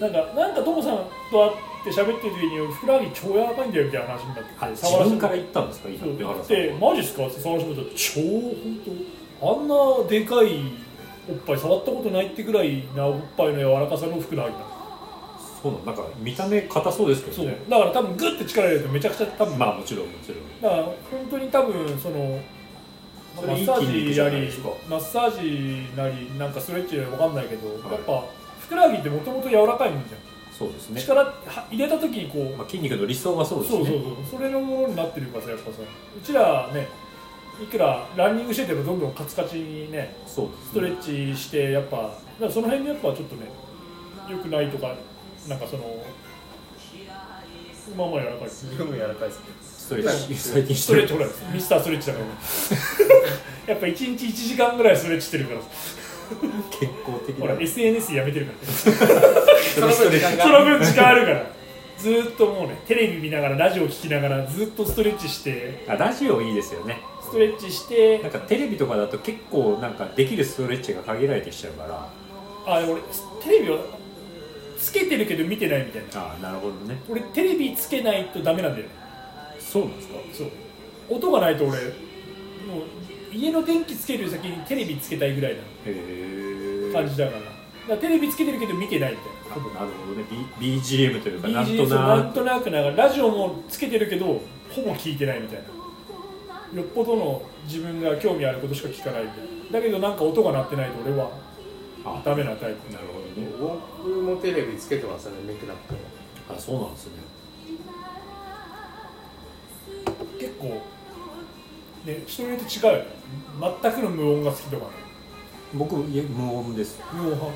[SPEAKER 1] なんか、なんかともさんと会って喋ってる時に、ふくらはぎ超柔らかいんだよみたいな話になって
[SPEAKER 2] あ
[SPEAKER 1] て、
[SPEAKER 2] 自分から言ったんですか井
[SPEAKER 1] そう
[SPEAKER 2] 原さん
[SPEAKER 1] で、
[SPEAKER 2] は
[SPEAKER 1] マジっすかって触らせてもらったら、超本当、あんなでかいおっぱい触ったことないってぐらいなおっぱいの柔らかさのふくらはぎだ。
[SPEAKER 2] そうなのなんか見た目硬そうですけ
[SPEAKER 1] そ
[SPEAKER 2] ど
[SPEAKER 1] う
[SPEAKER 2] ね、
[SPEAKER 1] だから多分グッて力入れるとめちゃくちゃ多分、
[SPEAKER 2] まあもちろんもちろん
[SPEAKER 1] だから本当に多分その
[SPEAKER 2] そ
[SPEAKER 1] マ
[SPEAKER 2] れ
[SPEAKER 1] ッ
[SPEAKER 2] いい
[SPEAKER 1] サ
[SPEAKER 2] 筋
[SPEAKER 1] ー
[SPEAKER 2] 肉
[SPEAKER 1] ジ
[SPEAKER 2] じ
[SPEAKER 1] や
[SPEAKER 2] ゃない
[SPEAKER 1] り
[SPEAKER 2] ですか
[SPEAKER 1] マッサージなりなんかストレッチなりわかんないけど、
[SPEAKER 2] は
[SPEAKER 1] や
[SPEAKER 2] い
[SPEAKER 1] っぱふくらはぎってもともと柔らかいもんじゃん、
[SPEAKER 2] そうですね、
[SPEAKER 1] 力は入れた時にこう、
[SPEAKER 2] まあ、筋肉の理想はそうです
[SPEAKER 1] そ
[SPEAKER 2] ね
[SPEAKER 1] うそうそうそれのものになってるからさやっぱさうちらねいくらランニングしててもどんどんカツカチにね
[SPEAKER 2] そうですね
[SPEAKER 1] ストレッチしてやっぱだからその辺でやっぱちょっとね良くないとかなんかそのまあまあ柔らかいですね
[SPEAKER 3] でも柔らかいですね
[SPEAKER 2] ストレッチ最近
[SPEAKER 1] ストレッチほらミスターストレッチだから俺 やっぱ1日1時間ぐらいストレッチしてるから
[SPEAKER 2] 健康的
[SPEAKER 1] ほら SNS やめてるから
[SPEAKER 3] その分時間
[SPEAKER 1] その
[SPEAKER 3] が
[SPEAKER 1] 分時間あるからずーっともうねテレビ見ながらラジオ聞きながらずっとストレッチして
[SPEAKER 2] あラジオいいですよね
[SPEAKER 1] ストレッチして
[SPEAKER 2] なんかテレビとかだと結構なんかできるストレッチが限られてきちゃうから
[SPEAKER 1] あでも俺テレビはつけてるけど見てないみたいな
[SPEAKER 2] ああなるほどね
[SPEAKER 1] 俺テレビつけないとダメなんだよね
[SPEAKER 2] そうなんですか
[SPEAKER 1] そう音がないと俺もう家の電気つける先にテレビつけたいぐらいな
[SPEAKER 2] へえ
[SPEAKER 1] 感じだからだからテレビつけてるけど見てないみたいな
[SPEAKER 2] なるほどね、B、BGM というかなんと
[SPEAKER 1] BGM な
[SPEAKER 2] なん
[SPEAKER 1] となくなんかラジオもつけてるけどほぼ聞いてないみたいなよっぽどの自分が興味あることしか聞かないみたいなだけどなんか音が鳴ってないと俺は
[SPEAKER 2] あ
[SPEAKER 1] ダメなタイプ
[SPEAKER 2] なるほどね
[SPEAKER 3] 僕もテレビつけてますねメイクラップ
[SPEAKER 2] あそうなんですね
[SPEAKER 1] 結構ね人によって違うよ全くの無音が好きとかね
[SPEAKER 2] 僕いや無音です
[SPEAKER 1] 要は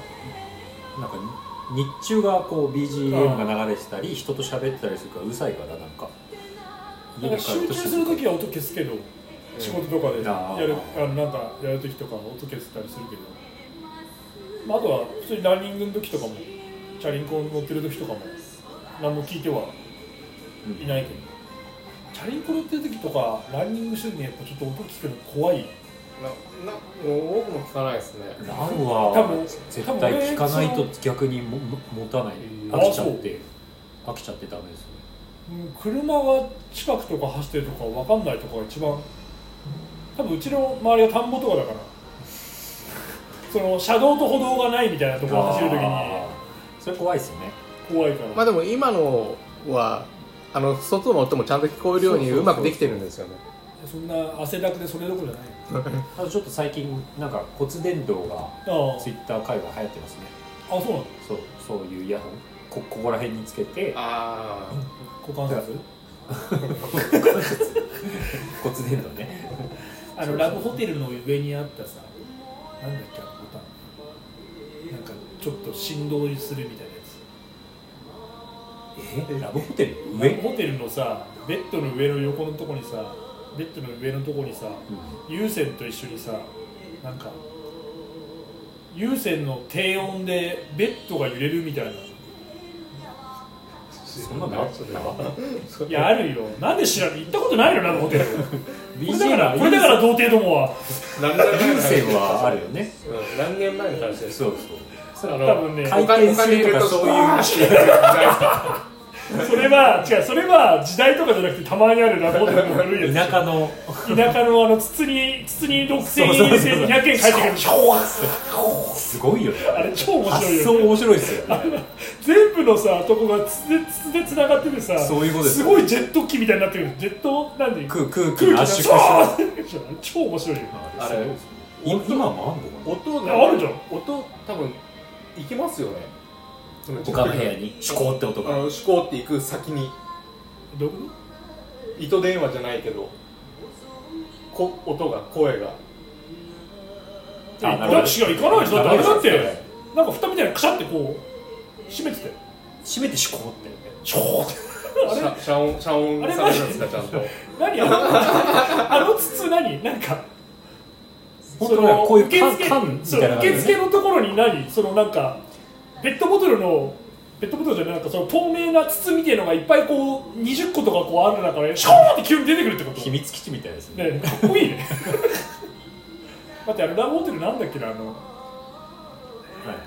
[SPEAKER 2] なんかに日中がこう BGM が流れてたり人と喋ってたりするからうるさいからなんか
[SPEAKER 1] なんか集中するときは音消すけど、仕事とかで
[SPEAKER 2] あー
[SPEAKER 1] やるあのなんかやるときとかは音消したりするけど、まあ、あとは普通にランニングのときとかもチャリンコ乗ってるときとかも何も聞いてはいないけど、チャリンコ乗ってるときとかランニングしてるのにやっぱちょっと音聞くの怖い
[SPEAKER 3] ななもう僕も聞かないですね
[SPEAKER 2] ランは
[SPEAKER 1] 多分
[SPEAKER 2] 絶対聞かないと逆にもも持たない
[SPEAKER 3] うん
[SPEAKER 2] 飽きちゃって飽きちゃってダメですね
[SPEAKER 1] うん車が近くとか走ってるとか分かんないとかが一番多分うちの周りが田んぼとかだからその車道と歩道がないみたいなところを走るとき
[SPEAKER 2] あーそれ怖いですよね
[SPEAKER 1] に怖いから、
[SPEAKER 4] まあでも今のはあの外の音もちゃんと聞こえるように
[SPEAKER 2] そうそうそう
[SPEAKER 4] うまくできてるんですよね
[SPEAKER 1] そんな汗だくでそれどころじゃない
[SPEAKER 2] あとちょっと最近なんか骨伝導が
[SPEAKER 1] あ
[SPEAKER 2] ツイッター界隈流行ってますね
[SPEAKER 1] ああそうなんだ
[SPEAKER 2] そうそういうイヤホンこここら辺につけて
[SPEAKER 3] あ
[SPEAKER 1] 股関節
[SPEAKER 2] 骨伝導ね
[SPEAKER 1] あのラブホテルの上にあったさなんだっけあのボタンなんかちょっと振動するみたいなやつ
[SPEAKER 2] えラブホテルの
[SPEAKER 1] ラ
[SPEAKER 2] 上
[SPEAKER 1] ブホテルのさベッドの上の横のとこにさベッドの上のとこにさ有線と一緒にさなんか有線の低音でベッドが揺れるみたいない
[SPEAKER 2] そんなのあった
[SPEAKER 1] やあるよなんで知らない行ったことないのラブ ホテルこれだから
[SPEAKER 2] BGM
[SPEAKER 1] これだから童貞どもは
[SPEAKER 3] あ何年前
[SPEAKER 2] 有
[SPEAKER 3] の話
[SPEAKER 2] 線はあるよね
[SPEAKER 3] うん何年前の話です
[SPEAKER 2] そうそう
[SPEAKER 3] あの
[SPEAKER 1] 多分ね
[SPEAKER 2] 回転するとかそういう
[SPEAKER 1] それは違うそれは時代とかじゃなくてたまにあるラブホテルの古いや
[SPEAKER 2] 田
[SPEAKER 1] つ
[SPEAKER 2] 舎の
[SPEAKER 1] 田舎のあの筒に筒に6000円
[SPEAKER 2] そうそ
[SPEAKER 1] 入
[SPEAKER 2] うそうそう
[SPEAKER 1] れて200円返ってくる
[SPEAKER 2] すごいよね
[SPEAKER 1] あれ超面白
[SPEAKER 2] 発
[SPEAKER 1] い
[SPEAKER 2] 想
[SPEAKER 1] よね
[SPEAKER 2] 面白いですよね
[SPEAKER 1] 全部のさとこが筒で筒でつながっててさ
[SPEAKER 2] そういうことです
[SPEAKER 1] すごいジェット機みたいになってるジェットなんで
[SPEAKER 2] 空空
[SPEAKER 1] 空
[SPEAKER 2] 気の
[SPEAKER 1] 気が
[SPEAKER 2] 圧縮し
[SPEAKER 1] そう
[SPEAKER 2] た
[SPEAKER 1] 超面白いよ
[SPEAKER 2] あれ今今もあんのかな
[SPEAKER 3] 音
[SPEAKER 1] あるじゃん
[SPEAKER 3] 音多分いきますよね
[SPEAKER 2] 他の部屋にシュコーって音
[SPEAKER 3] あ
[SPEAKER 2] が
[SPEAKER 3] の思考っていく先に
[SPEAKER 1] どこ
[SPEAKER 3] 糸電話じゃないけどこ音が声が
[SPEAKER 2] あなるほど
[SPEAKER 1] どっちが行かないでしょだってあれだっ
[SPEAKER 2] ダメ
[SPEAKER 1] てなんか蓋みたいなくしゃってこう閉めてたよ
[SPEAKER 2] 閉めてシュコーって
[SPEAKER 1] ショーって
[SPEAKER 3] 遮遮音遮音
[SPEAKER 1] あれ
[SPEAKER 3] されるんですかち ゃんと
[SPEAKER 1] 何あのあの筒何なんか
[SPEAKER 2] 本当だこういう
[SPEAKER 1] 受付
[SPEAKER 2] 缶缶みたいな
[SPEAKER 1] そう
[SPEAKER 2] のがね
[SPEAKER 1] 受付のところに何そのなんかペットボトルのペットボトルじゃないなんかその透明な筒みたいのがいっぱいこう20個とかこうある中でショーって急に出てくるってこと
[SPEAKER 2] 秘密基地みたいですね
[SPEAKER 1] ねかっこいいね待ってあのラブホテルなんだっけなあの
[SPEAKER 2] は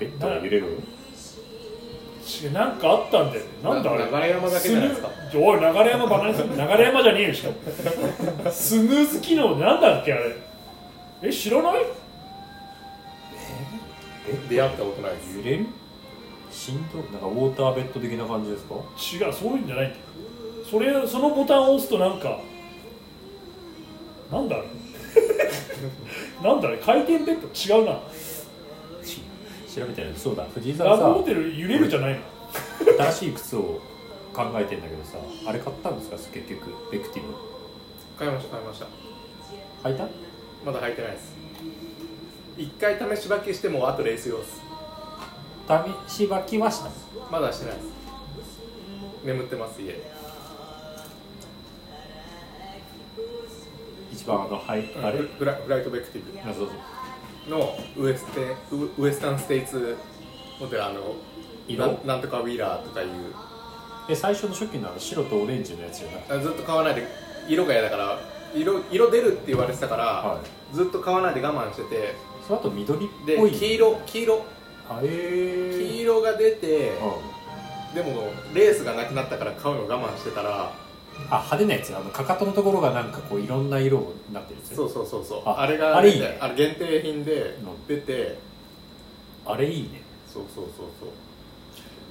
[SPEAKER 2] いベッドが揺れる
[SPEAKER 1] 違うなんかあったんだよねなんだあれ
[SPEAKER 3] 流山だけじゃないですか
[SPEAKER 1] スヌーおい流山バカにする流山じゃねえよしかもスヌーズ機能なんだっけあれえ知らない
[SPEAKER 3] 出会ったことないです
[SPEAKER 2] 揺れる振動なんかウォーターベッド的な感じですか
[SPEAKER 1] 違うそういうんじゃないんだよそれそのボタンを押すとなんかなんだあれ なんだあれ回転ベッド違うな
[SPEAKER 2] し調べたらそうだ藤井さ
[SPEAKER 1] ラ
[SPEAKER 2] ん
[SPEAKER 1] ブホ
[SPEAKER 2] さ
[SPEAKER 1] テル揺れるじゃないの
[SPEAKER 2] 新しい靴を考えてんだけどさあれ買ったんですか結局ベクティブ
[SPEAKER 3] 買いました買いました
[SPEAKER 2] 履いた
[SPEAKER 3] まだ履いてないです一回試し履きしてもあとレース用です
[SPEAKER 2] 試し履きはした
[SPEAKER 3] まだしてないです眠ってます家で
[SPEAKER 2] 一番あのはいあれ
[SPEAKER 3] フフラフライトベクティ
[SPEAKER 2] あそうそう
[SPEAKER 3] ブのウエステウウエスタンステイツホテルあのな
[SPEAKER 2] 色
[SPEAKER 3] んなんとかウィーラーとかいう
[SPEAKER 2] え最初の初期のあの白とオレンジのやつじゃなくて
[SPEAKER 3] あずっと買わないで色が嫌だから色色出るって言われてたから、
[SPEAKER 2] は
[SPEAKER 3] ずっと買わないで我慢してて
[SPEAKER 2] その後緑っ
[SPEAKER 3] で
[SPEAKER 2] ぽい
[SPEAKER 3] 黄色黄色
[SPEAKER 2] あえー、
[SPEAKER 3] 黄色が出て、
[SPEAKER 2] うん
[SPEAKER 3] でもレースがなくなったから買うの我慢してたら
[SPEAKER 2] あ派手なやつあのかかとのところがなんかこういろんな色になってるやつ
[SPEAKER 3] そうそうそうそう
[SPEAKER 2] あ
[SPEAKER 3] あれが
[SPEAKER 2] あれいいね
[SPEAKER 3] あれ限定品で
[SPEAKER 2] うん
[SPEAKER 3] 出て
[SPEAKER 2] あれいいね
[SPEAKER 3] そうそうそうそう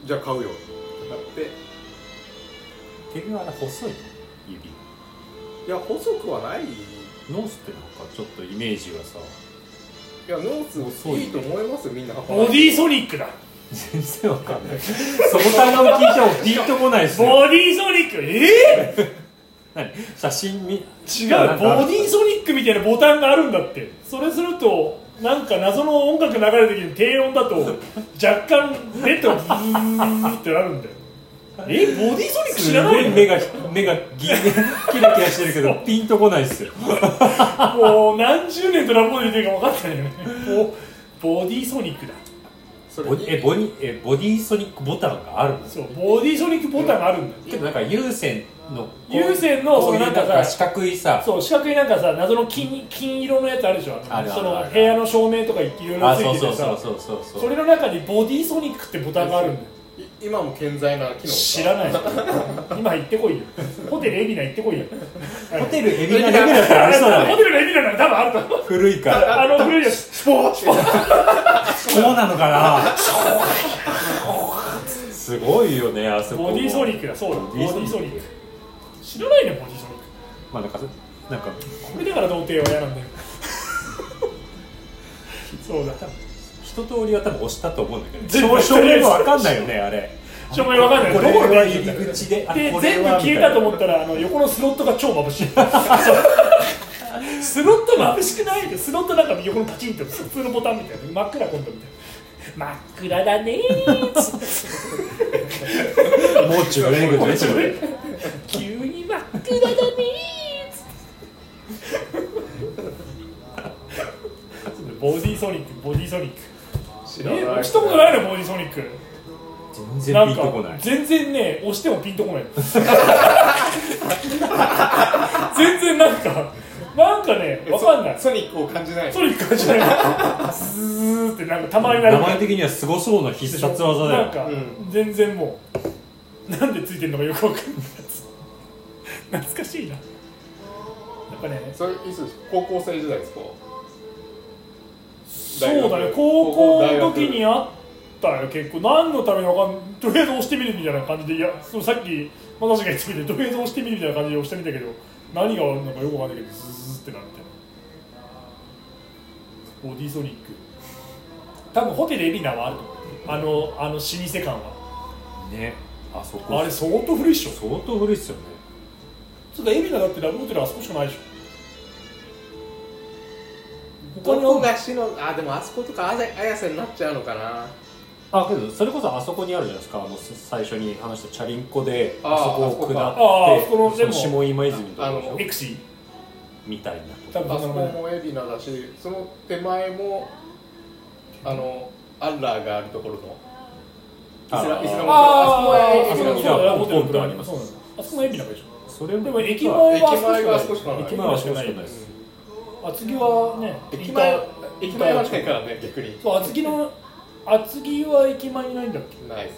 [SPEAKER 3] じゃあ買うよってなって
[SPEAKER 2] 結局あれ細いの指
[SPEAKER 3] いや細くはないい
[SPEAKER 2] ノースってなんかちょっとイメージがさ
[SPEAKER 3] やノース
[SPEAKER 2] 細いね
[SPEAKER 3] いいと思いますよみんな
[SPEAKER 1] ボディソニックだ
[SPEAKER 2] 全然わかんないそこ単語聞いてもピンとこないですね
[SPEAKER 1] ボディソニックえ
[SPEAKER 2] 何写真見
[SPEAKER 1] ー、違うボディソニックみたいなボタンがあるんだってそれするとなんか謎の音楽流れてきて低音だと若干レッドがブーってなるんだよえボディーソニック知らないの
[SPEAKER 2] 目が目がギリキラキラしてるけどピンとこないっすよ
[SPEAKER 1] もう何十年とラボで言ってるか分かんないよね ボボディーソニックだ
[SPEAKER 3] それ
[SPEAKER 2] ボディえボニえボディソニックボタンがあるの
[SPEAKER 1] そうボディーソニックボタンがあるんだよ
[SPEAKER 2] けどなんか有線のこう
[SPEAKER 1] 有線の
[SPEAKER 2] こういう
[SPEAKER 1] そのなんかさ
[SPEAKER 2] 四角いさ
[SPEAKER 1] そう四角いなんかさ謎の金金色のやつあるでしょ
[SPEAKER 2] あるある
[SPEAKER 1] その
[SPEAKER 2] ある
[SPEAKER 1] 部屋の照明とかいろいろ
[SPEAKER 2] あ
[SPEAKER 1] つ
[SPEAKER 2] そう
[SPEAKER 1] いて
[SPEAKER 2] そ
[SPEAKER 1] て
[SPEAKER 2] うそ
[SPEAKER 1] さ
[SPEAKER 2] うそうそうそう
[SPEAKER 1] それの中にボディーソニックってボタンがあるんだよ
[SPEAKER 3] い今も健在な機能
[SPEAKER 1] 知ら
[SPEAKER 3] い
[SPEAKER 1] ない今行ってこいよホテル海老名行ってこいよ
[SPEAKER 2] ホテルエビナレベルだったらありそうだ
[SPEAKER 1] ホ
[SPEAKER 2] ね
[SPEAKER 1] テル海老名なら多分あると思う
[SPEAKER 2] 古いから
[SPEAKER 1] あの古いやつスポーツ
[SPEAKER 2] そうなのかなすごいよねあそこ
[SPEAKER 1] ボディーソニックだそうだボ
[SPEAKER 2] ボ
[SPEAKER 1] デ
[SPEAKER 2] デ
[SPEAKER 1] ィ
[SPEAKER 2] ィソニッ
[SPEAKER 1] ーソニ
[SPEAKER 2] ク
[SPEAKER 1] ック知らないねボディーソニック
[SPEAKER 2] まあなんかなんか
[SPEAKER 1] これだから童貞は嫌 なんだよそうだ
[SPEAKER 2] 一通りは多分押したと思うんだけど
[SPEAKER 1] 全部押して
[SPEAKER 2] 正
[SPEAKER 1] るやつ
[SPEAKER 2] 面わかんないよねあれ
[SPEAKER 1] ちょもう分かんない
[SPEAKER 2] こ
[SPEAKER 1] ど
[SPEAKER 2] れ
[SPEAKER 1] こが
[SPEAKER 2] は
[SPEAKER 1] 入
[SPEAKER 2] 入
[SPEAKER 1] り
[SPEAKER 2] り
[SPEAKER 1] 口
[SPEAKER 2] 口であ
[SPEAKER 1] で
[SPEAKER 2] これ
[SPEAKER 1] 全部
[SPEAKER 2] は
[SPEAKER 1] 消えたと
[SPEAKER 2] み
[SPEAKER 1] 思ったらあの横のスロットが超眩しいスロット眩しくないでスロットなんか横のパチンって普通のボタンみたいな真っ暗今度みたい な真っ暗だねーつって
[SPEAKER 2] たいなもう中年ぐらいですよね
[SPEAKER 1] 急に真っ暗だねーつ ってボディーソニックボディーソニック
[SPEAKER 3] 知らない
[SPEAKER 1] え押したことないのボディーソニック
[SPEAKER 2] 全然
[SPEAKER 1] な
[SPEAKER 2] ピ
[SPEAKER 1] ん
[SPEAKER 2] ンとこな
[SPEAKER 1] か
[SPEAKER 2] い
[SPEAKER 1] 全然ね押してもピンとこない 全然なんかなんかねわかんない
[SPEAKER 3] ソソニックを感じない
[SPEAKER 1] ソニック感じないズーってなんかたまになる
[SPEAKER 2] 名前的にはすごそうな必殺技だ
[SPEAKER 1] なん
[SPEAKER 2] よ
[SPEAKER 1] か、
[SPEAKER 3] う
[SPEAKER 1] 全然もうなんでついてるのかよくわかんないやつ懐かしいなやっぱね
[SPEAKER 3] それいつです高校生時代ですか
[SPEAKER 1] そうだ
[SPEAKER 3] 大
[SPEAKER 1] ね
[SPEAKER 3] 学
[SPEAKER 1] 高校の時
[SPEAKER 3] 高校大学
[SPEAKER 1] にあったよ結構何のためにわかんとりあえず押してみるみたいな感じでいやそのさっきまさしが言ってみてとりあえず押してみるみたいな感じで押してみたけど何があるのかよくわかんないけどズズズってなるみたいなボディーソニック多分ホテル海老名はあると思うあのあの老舗感は
[SPEAKER 2] ねあそこ
[SPEAKER 1] あれ相当古いっしょ
[SPEAKER 2] 相当古いっすよね
[SPEAKER 1] そうだ海老名だってラブホテルあそこしかないでし
[SPEAKER 4] ど
[SPEAKER 1] ょ他にある
[SPEAKER 4] こがしのあでもあそことかあや綾瀬になっちゃうのかな
[SPEAKER 2] あけどそれこそあそこにあるじゃないですかあの最初に話したチャリンコで
[SPEAKER 3] あー
[SPEAKER 2] あそこ
[SPEAKER 1] あそ
[SPEAKER 2] を下って
[SPEAKER 1] こかあーそこのでも
[SPEAKER 2] その下今泉のとこでし
[SPEAKER 3] あ
[SPEAKER 2] ょ
[SPEAKER 3] の
[SPEAKER 1] エクシー
[SPEAKER 2] みたいな
[SPEAKER 1] 多分
[SPEAKER 3] あ
[SPEAKER 1] そ
[SPEAKER 3] そ
[SPEAKER 1] ん
[SPEAKER 3] こ
[SPEAKER 1] な名前
[SPEAKER 3] も海老名だしその手前もあのアンラーがあるところのイスラ
[SPEAKER 2] あー
[SPEAKER 3] イスラム教
[SPEAKER 1] あー
[SPEAKER 3] あ
[SPEAKER 1] あ
[SPEAKER 3] そ
[SPEAKER 1] そこ
[SPEAKER 3] こも
[SPEAKER 1] そう
[SPEAKER 3] 海老名
[SPEAKER 1] だ
[SPEAKER 2] ラ
[SPEAKER 1] ラ
[SPEAKER 2] ブ
[SPEAKER 1] ブ
[SPEAKER 2] ホ
[SPEAKER 1] ホ
[SPEAKER 2] テ
[SPEAKER 1] テ
[SPEAKER 2] ル
[SPEAKER 1] ルのところ
[SPEAKER 2] のところにあります
[SPEAKER 1] そうなんだあそこの海老名でしょ
[SPEAKER 2] それも
[SPEAKER 1] でも駅前
[SPEAKER 2] は
[SPEAKER 1] は
[SPEAKER 3] 駅前が少しかない
[SPEAKER 1] 駅
[SPEAKER 2] 駅
[SPEAKER 1] 前
[SPEAKER 2] 前
[SPEAKER 1] は
[SPEAKER 2] は
[SPEAKER 1] し
[SPEAKER 2] し
[SPEAKER 1] か
[SPEAKER 2] か
[SPEAKER 1] な
[SPEAKER 2] ないい
[SPEAKER 1] で
[SPEAKER 2] ですす
[SPEAKER 1] 厚木はね
[SPEAKER 3] 駅前
[SPEAKER 1] イン
[SPEAKER 3] 駅前は近いからね逆に
[SPEAKER 1] ターそう厚木の厚木は駅前にないんだっけ
[SPEAKER 3] ないっす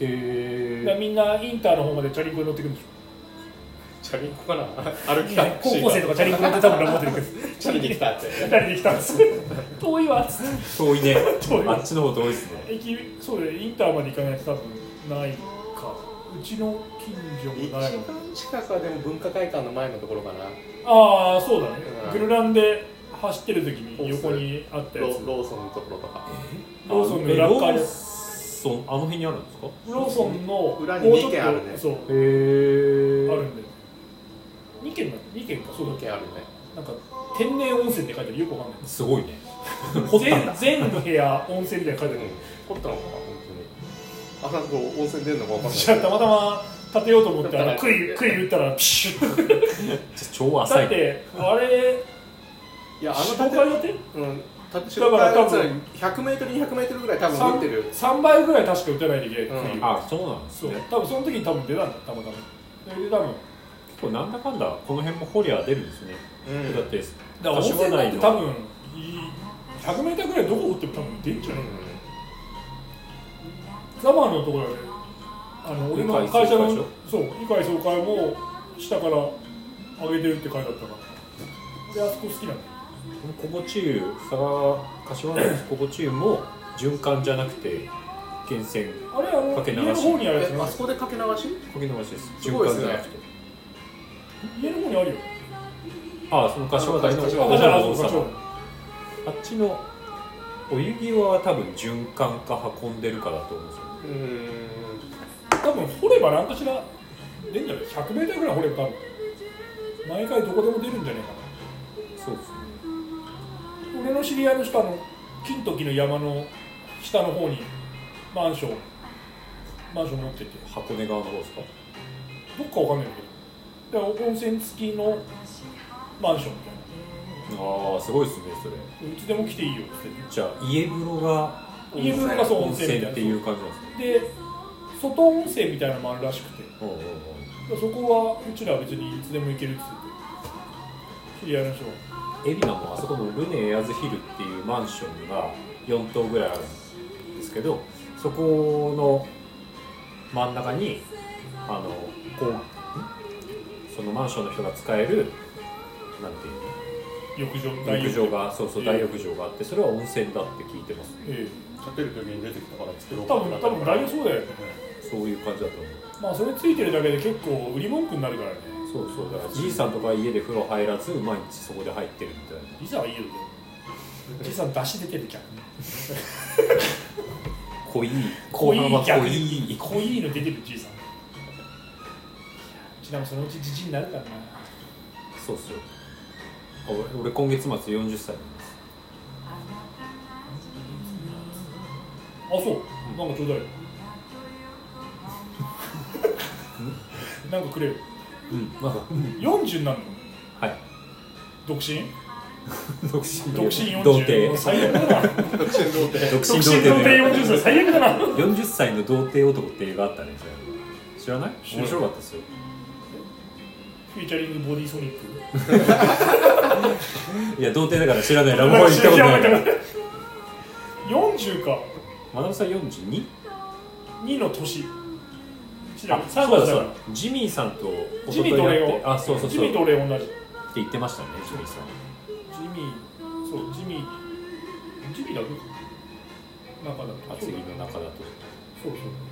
[SPEAKER 1] だから
[SPEAKER 2] え
[SPEAKER 1] みんなインターの方までチャリンコに乗ってくるんでしょ
[SPEAKER 3] チャリンコかな歩き
[SPEAKER 1] い
[SPEAKER 3] た
[SPEAKER 1] や高校生とかチャリンコ乗って多分ラブホテル行くんです
[SPEAKER 3] チャリで来たって
[SPEAKER 1] 二人で来たんです遠いわっつって
[SPEAKER 2] ー、遠いね
[SPEAKER 1] 遠い
[SPEAKER 2] あっちの方遠いっすね
[SPEAKER 1] 駅そうだよインターまで行かないと多分ないかうちの近
[SPEAKER 3] 一
[SPEAKER 1] 所もないの
[SPEAKER 3] 番近くはでも文化会館の前のところかな
[SPEAKER 1] ああそうだね
[SPEAKER 3] うん
[SPEAKER 1] グルランで走ってる時に横にあった
[SPEAKER 3] ロ
[SPEAKER 1] やつ
[SPEAKER 3] ーローソンのところとか
[SPEAKER 1] ローソンの
[SPEAKER 2] え
[SPEAKER 1] 裏っ
[SPEAKER 2] ロ
[SPEAKER 1] 側に
[SPEAKER 2] ーソンあの辺にあるんですかへ
[SPEAKER 1] ローソンの
[SPEAKER 4] 裏に二軒あるね
[SPEAKER 1] もうちょっとそうあ
[SPEAKER 2] えー
[SPEAKER 1] るんで2軒だ2軒かそうだ
[SPEAKER 3] 物件あるね
[SPEAKER 1] なんか天然温泉って書いてあるよくわかんない
[SPEAKER 2] すごいね
[SPEAKER 1] 全全部部屋温泉みたいなの書いてある
[SPEAKER 3] 掘ったのかな本当にあそこ温泉出るのかわかんない
[SPEAKER 1] じゃあたまたま建てようと思ってあの
[SPEAKER 3] 建て
[SPEAKER 1] 杭
[SPEAKER 3] ない
[SPEAKER 1] 杭打ったらピシュッ
[SPEAKER 2] 超浅
[SPEAKER 1] だ
[SPEAKER 2] い
[SPEAKER 1] ってあれ
[SPEAKER 3] いやあの
[SPEAKER 1] 45
[SPEAKER 3] 建
[SPEAKER 1] 階建て
[SPEAKER 3] 物うん建て
[SPEAKER 1] だから多分
[SPEAKER 3] 100メートル200メートルぐらい多分打ってる
[SPEAKER 1] 3, 三倍ぐらい確か打てないといけない、
[SPEAKER 3] うん
[SPEAKER 1] 杭
[SPEAKER 2] あそうなんです
[SPEAKER 1] そう
[SPEAKER 2] ね
[SPEAKER 1] 多分その時に多分出たんだたまたまそれで多分
[SPEAKER 2] 結構なんだかんだこの辺もホリア出るんですね、
[SPEAKER 3] うん
[SPEAKER 2] だって
[SPEAKER 1] だから温
[SPEAKER 2] 柏
[SPEAKER 1] 泉なん
[SPEAKER 2] 内
[SPEAKER 1] て
[SPEAKER 2] の
[SPEAKER 1] 多分いい 100m ぐらいどこ打っても多分出んじゃない、ザマのところだねあの俺の会社の
[SPEAKER 2] 理解総会でしょ
[SPEAKER 1] そう理解総会も下から上げてるって書いてあったからであそこ好きなんだ
[SPEAKER 2] ここチー佐賀柏のここチーも循環じゃなくて源泉
[SPEAKER 1] あれあの
[SPEAKER 2] かけ流
[SPEAKER 1] 家
[SPEAKER 2] し
[SPEAKER 1] の方にあるやつ
[SPEAKER 3] えあ
[SPEAKER 1] ね
[SPEAKER 3] そこでかけ流し
[SPEAKER 2] こぎのしです
[SPEAKER 3] す
[SPEAKER 2] 循
[SPEAKER 3] ごい
[SPEAKER 2] 環
[SPEAKER 3] です
[SPEAKER 2] じ
[SPEAKER 3] ね
[SPEAKER 2] ゃなくて
[SPEAKER 1] 家の方にあるよ
[SPEAKER 2] ああその柏台の
[SPEAKER 3] あ柏
[SPEAKER 1] あ
[SPEAKER 3] 台
[SPEAKER 1] じゃああ
[SPEAKER 2] 大
[SPEAKER 1] そ
[SPEAKER 2] 沢
[SPEAKER 1] こそう
[SPEAKER 2] あっちのお湯際は多分循環か運んでるかだと思うんですよ
[SPEAKER 3] うん
[SPEAKER 1] 多分掘れば何かしら出んじゃない 100m ぐらい掘れば多分毎回どこでも出るんじゃねえかな
[SPEAKER 2] そうですね
[SPEAKER 1] 俺の知り合いの人あの金時の山の下の方にマンションマンション持ってて
[SPEAKER 2] 箱根側の方ですか
[SPEAKER 1] どっかわかんないんだけどで温泉付きのマンションみたい
[SPEAKER 2] ああすごいですねそれ
[SPEAKER 1] ないつでも来ていいよって
[SPEAKER 2] じゃあ家風呂が
[SPEAKER 1] 家風呂がそう温
[SPEAKER 2] 温
[SPEAKER 1] 泉
[SPEAKER 2] 泉
[SPEAKER 1] みたい
[SPEAKER 2] っ
[SPEAKER 1] な
[SPEAKER 2] ていう感じなんですね
[SPEAKER 1] で外温泉みたいなのもあるらしくて
[SPEAKER 2] うんうんうん
[SPEAKER 1] そこはうちらは別にいつでも行けるっつって知り合いの人が
[SPEAKER 2] 海老名もあそこのルネエアーズヒルっていうマンションが4棟ぐらいあるんですけどそこの真ん中にあのこうんそのマンションの人が使えるなんていうの
[SPEAKER 1] 浴場
[SPEAKER 2] 浴場がそうそう大
[SPEAKER 1] え
[SPEAKER 2] 浴場があってそれは温泉だって聞いてますね
[SPEAKER 1] え
[SPEAKER 3] 建てる時に出てきたから作ろ
[SPEAKER 1] え
[SPEAKER 3] う
[SPEAKER 1] 多分多分大丈夫そうだよね
[SPEAKER 2] そういう感じだと思
[SPEAKER 1] まあそれついてるだけで結構売り文句になるからね
[SPEAKER 2] うそうそうだからじいさんとかは家で風呂入らず毎日そこで入ってるみたいな
[SPEAKER 1] リザはいいよねじいさん出汁出てる逆に
[SPEAKER 2] 濃い
[SPEAKER 1] 濃
[SPEAKER 2] 後
[SPEAKER 1] い
[SPEAKER 2] 半は
[SPEAKER 1] 逆
[SPEAKER 2] 濃
[SPEAKER 1] に
[SPEAKER 2] い
[SPEAKER 1] 濃いの出てるじいさんいやうちらもそのうちじじいになるからな
[SPEAKER 2] そうっすよあ俺俺今月末40歳なんです
[SPEAKER 1] あそうなんかちょうだいよなんかくれよ
[SPEAKER 2] うんまだ
[SPEAKER 1] 40になるの
[SPEAKER 2] はい
[SPEAKER 1] 独身
[SPEAKER 2] 独身
[SPEAKER 1] 独身40
[SPEAKER 2] 童貞
[SPEAKER 1] 最悪だな
[SPEAKER 3] 独身童
[SPEAKER 1] 独
[SPEAKER 2] 独
[SPEAKER 3] 貞
[SPEAKER 2] 身
[SPEAKER 1] 身
[SPEAKER 2] 童
[SPEAKER 1] 童
[SPEAKER 2] 貞
[SPEAKER 1] 貞
[SPEAKER 2] の
[SPEAKER 1] 40歳最悪だな
[SPEAKER 2] 40歳の童貞男って映画あったねそれ知らない
[SPEAKER 1] 知らな
[SPEAKER 2] 面
[SPEAKER 1] い
[SPEAKER 2] 白かったですよ
[SPEAKER 1] フィーチャリングボディソニック
[SPEAKER 2] いや童貞だから知らないラブホ行ったことないから
[SPEAKER 1] 40か
[SPEAKER 2] マダムさん 42?
[SPEAKER 1] 2の年知ら
[SPEAKER 2] あ
[SPEAKER 1] ん、
[SPEAKER 2] そ
[SPEAKER 1] サ
[SPEAKER 2] う
[SPEAKER 1] ンゴ
[SPEAKER 2] だ
[SPEAKER 1] だ
[SPEAKER 2] そ
[SPEAKER 1] か
[SPEAKER 2] うだ。ジミーさんと
[SPEAKER 1] らジミーと俺
[SPEAKER 2] おととい会って
[SPEAKER 1] を
[SPEAKER 2] あ、そうそう
[SPEAKER 1] ジ
[SPEAKER 2] そう。
[SPEAKER 1] ミー
[SPEAKER 2] って
[SPEAKER 1] と俺同じジ
[SPEAKER 2] 言ってましたね、ジミーさん。
[SPEAKER 1] ミーそうジミージミーだけ中だ
[SPEAKER 2] あ、
[SPEAKER 1] そう
[SPEAKER 2] 次の中だと。
[SPEAKER 1] そうそ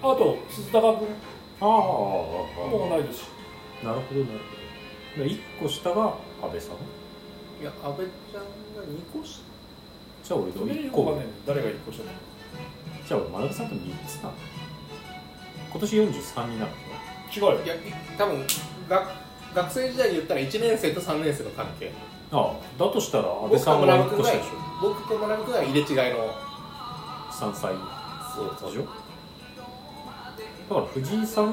[SPEAKER 1] うあと鈴高君
[SPEAKER 2] あ
[SPEAKER 1] も
[SPEAKER 2] あ
[SPEAKER 1] 同い年
[SPEAKER 2] あ、なるほど、なるほど。で一個下が安倍さん。
[SPEAKER 3] いや安倍ちゃんが2個し
[SPEAKER 2] じゃあ俺の
[SPEAKER 1] わ
[SPEAKER 2] 一
[SPEAKER 1] かん
[SPEAKER 2] 個
[SPEAKER 1] な。い誰が1個したの
[SPEAKER 2] じゃあ俺マダムさんと三つなの。今年43になるの。
[SPEAKER 1] 違うよ
[SPEAKER 3] いやい多分学学生時代に言ったら1年生と3年生の関係
[SPEAKER 2] ああ、だとしたら安倍
[SPEAKER 3] 僕
[SPEAKER 2] さ
[SPEAKER 3] と
[SPEAKER 2] んは
[SPEAKER 3] 学
[SPEAKER 2] 一
[SPEAKER 3] ぶ
[SPEAKER 2] 個
[SPEAKER 3] くら
[SPEAKER 2] 下
[SPEAKER 3] い
[SPEAKER 2] でしょ。
[SPEAKER 3] 僕と学ぶくらい入れ違いの
[SPEAKER 2] 3歳
[SPEAKER 3] そう
[SPEAKER 2] でしょ。だから藤井さん、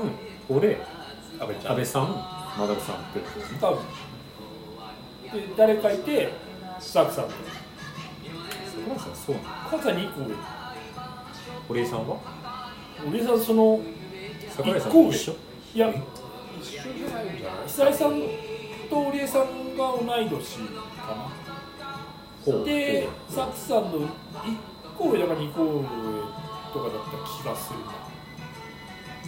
[SPEAKER 2] 俺、
[SPEAKER 3] 安倍ちゃん
[SPEAKER 2] 安倍さん、マダムさんってことですね。
[SPEAKER 1] 多分で誰かいてサクさんと
[SPEAKER 2] マダムさんそうなの。
[SPEAKER 1] サクさん2個上
[SPEAKER 2] 堀江さんは
[SPEAKER 1] 俺さんその
[SPEAKER 2] 桜井さん
[SPEAKER 1] 一個
[SPEAKER 2] と
[SPEAKER 1] 上
[SPEAKER 2] 一緒
[SPEAKER 1] いや
[SPEAKER 3] 一緒じゃないんじゃない
[SPEAKER 1] 久井さんと織江さんが同い年かなでサクさんの1個上だか2個上とかだった気がするな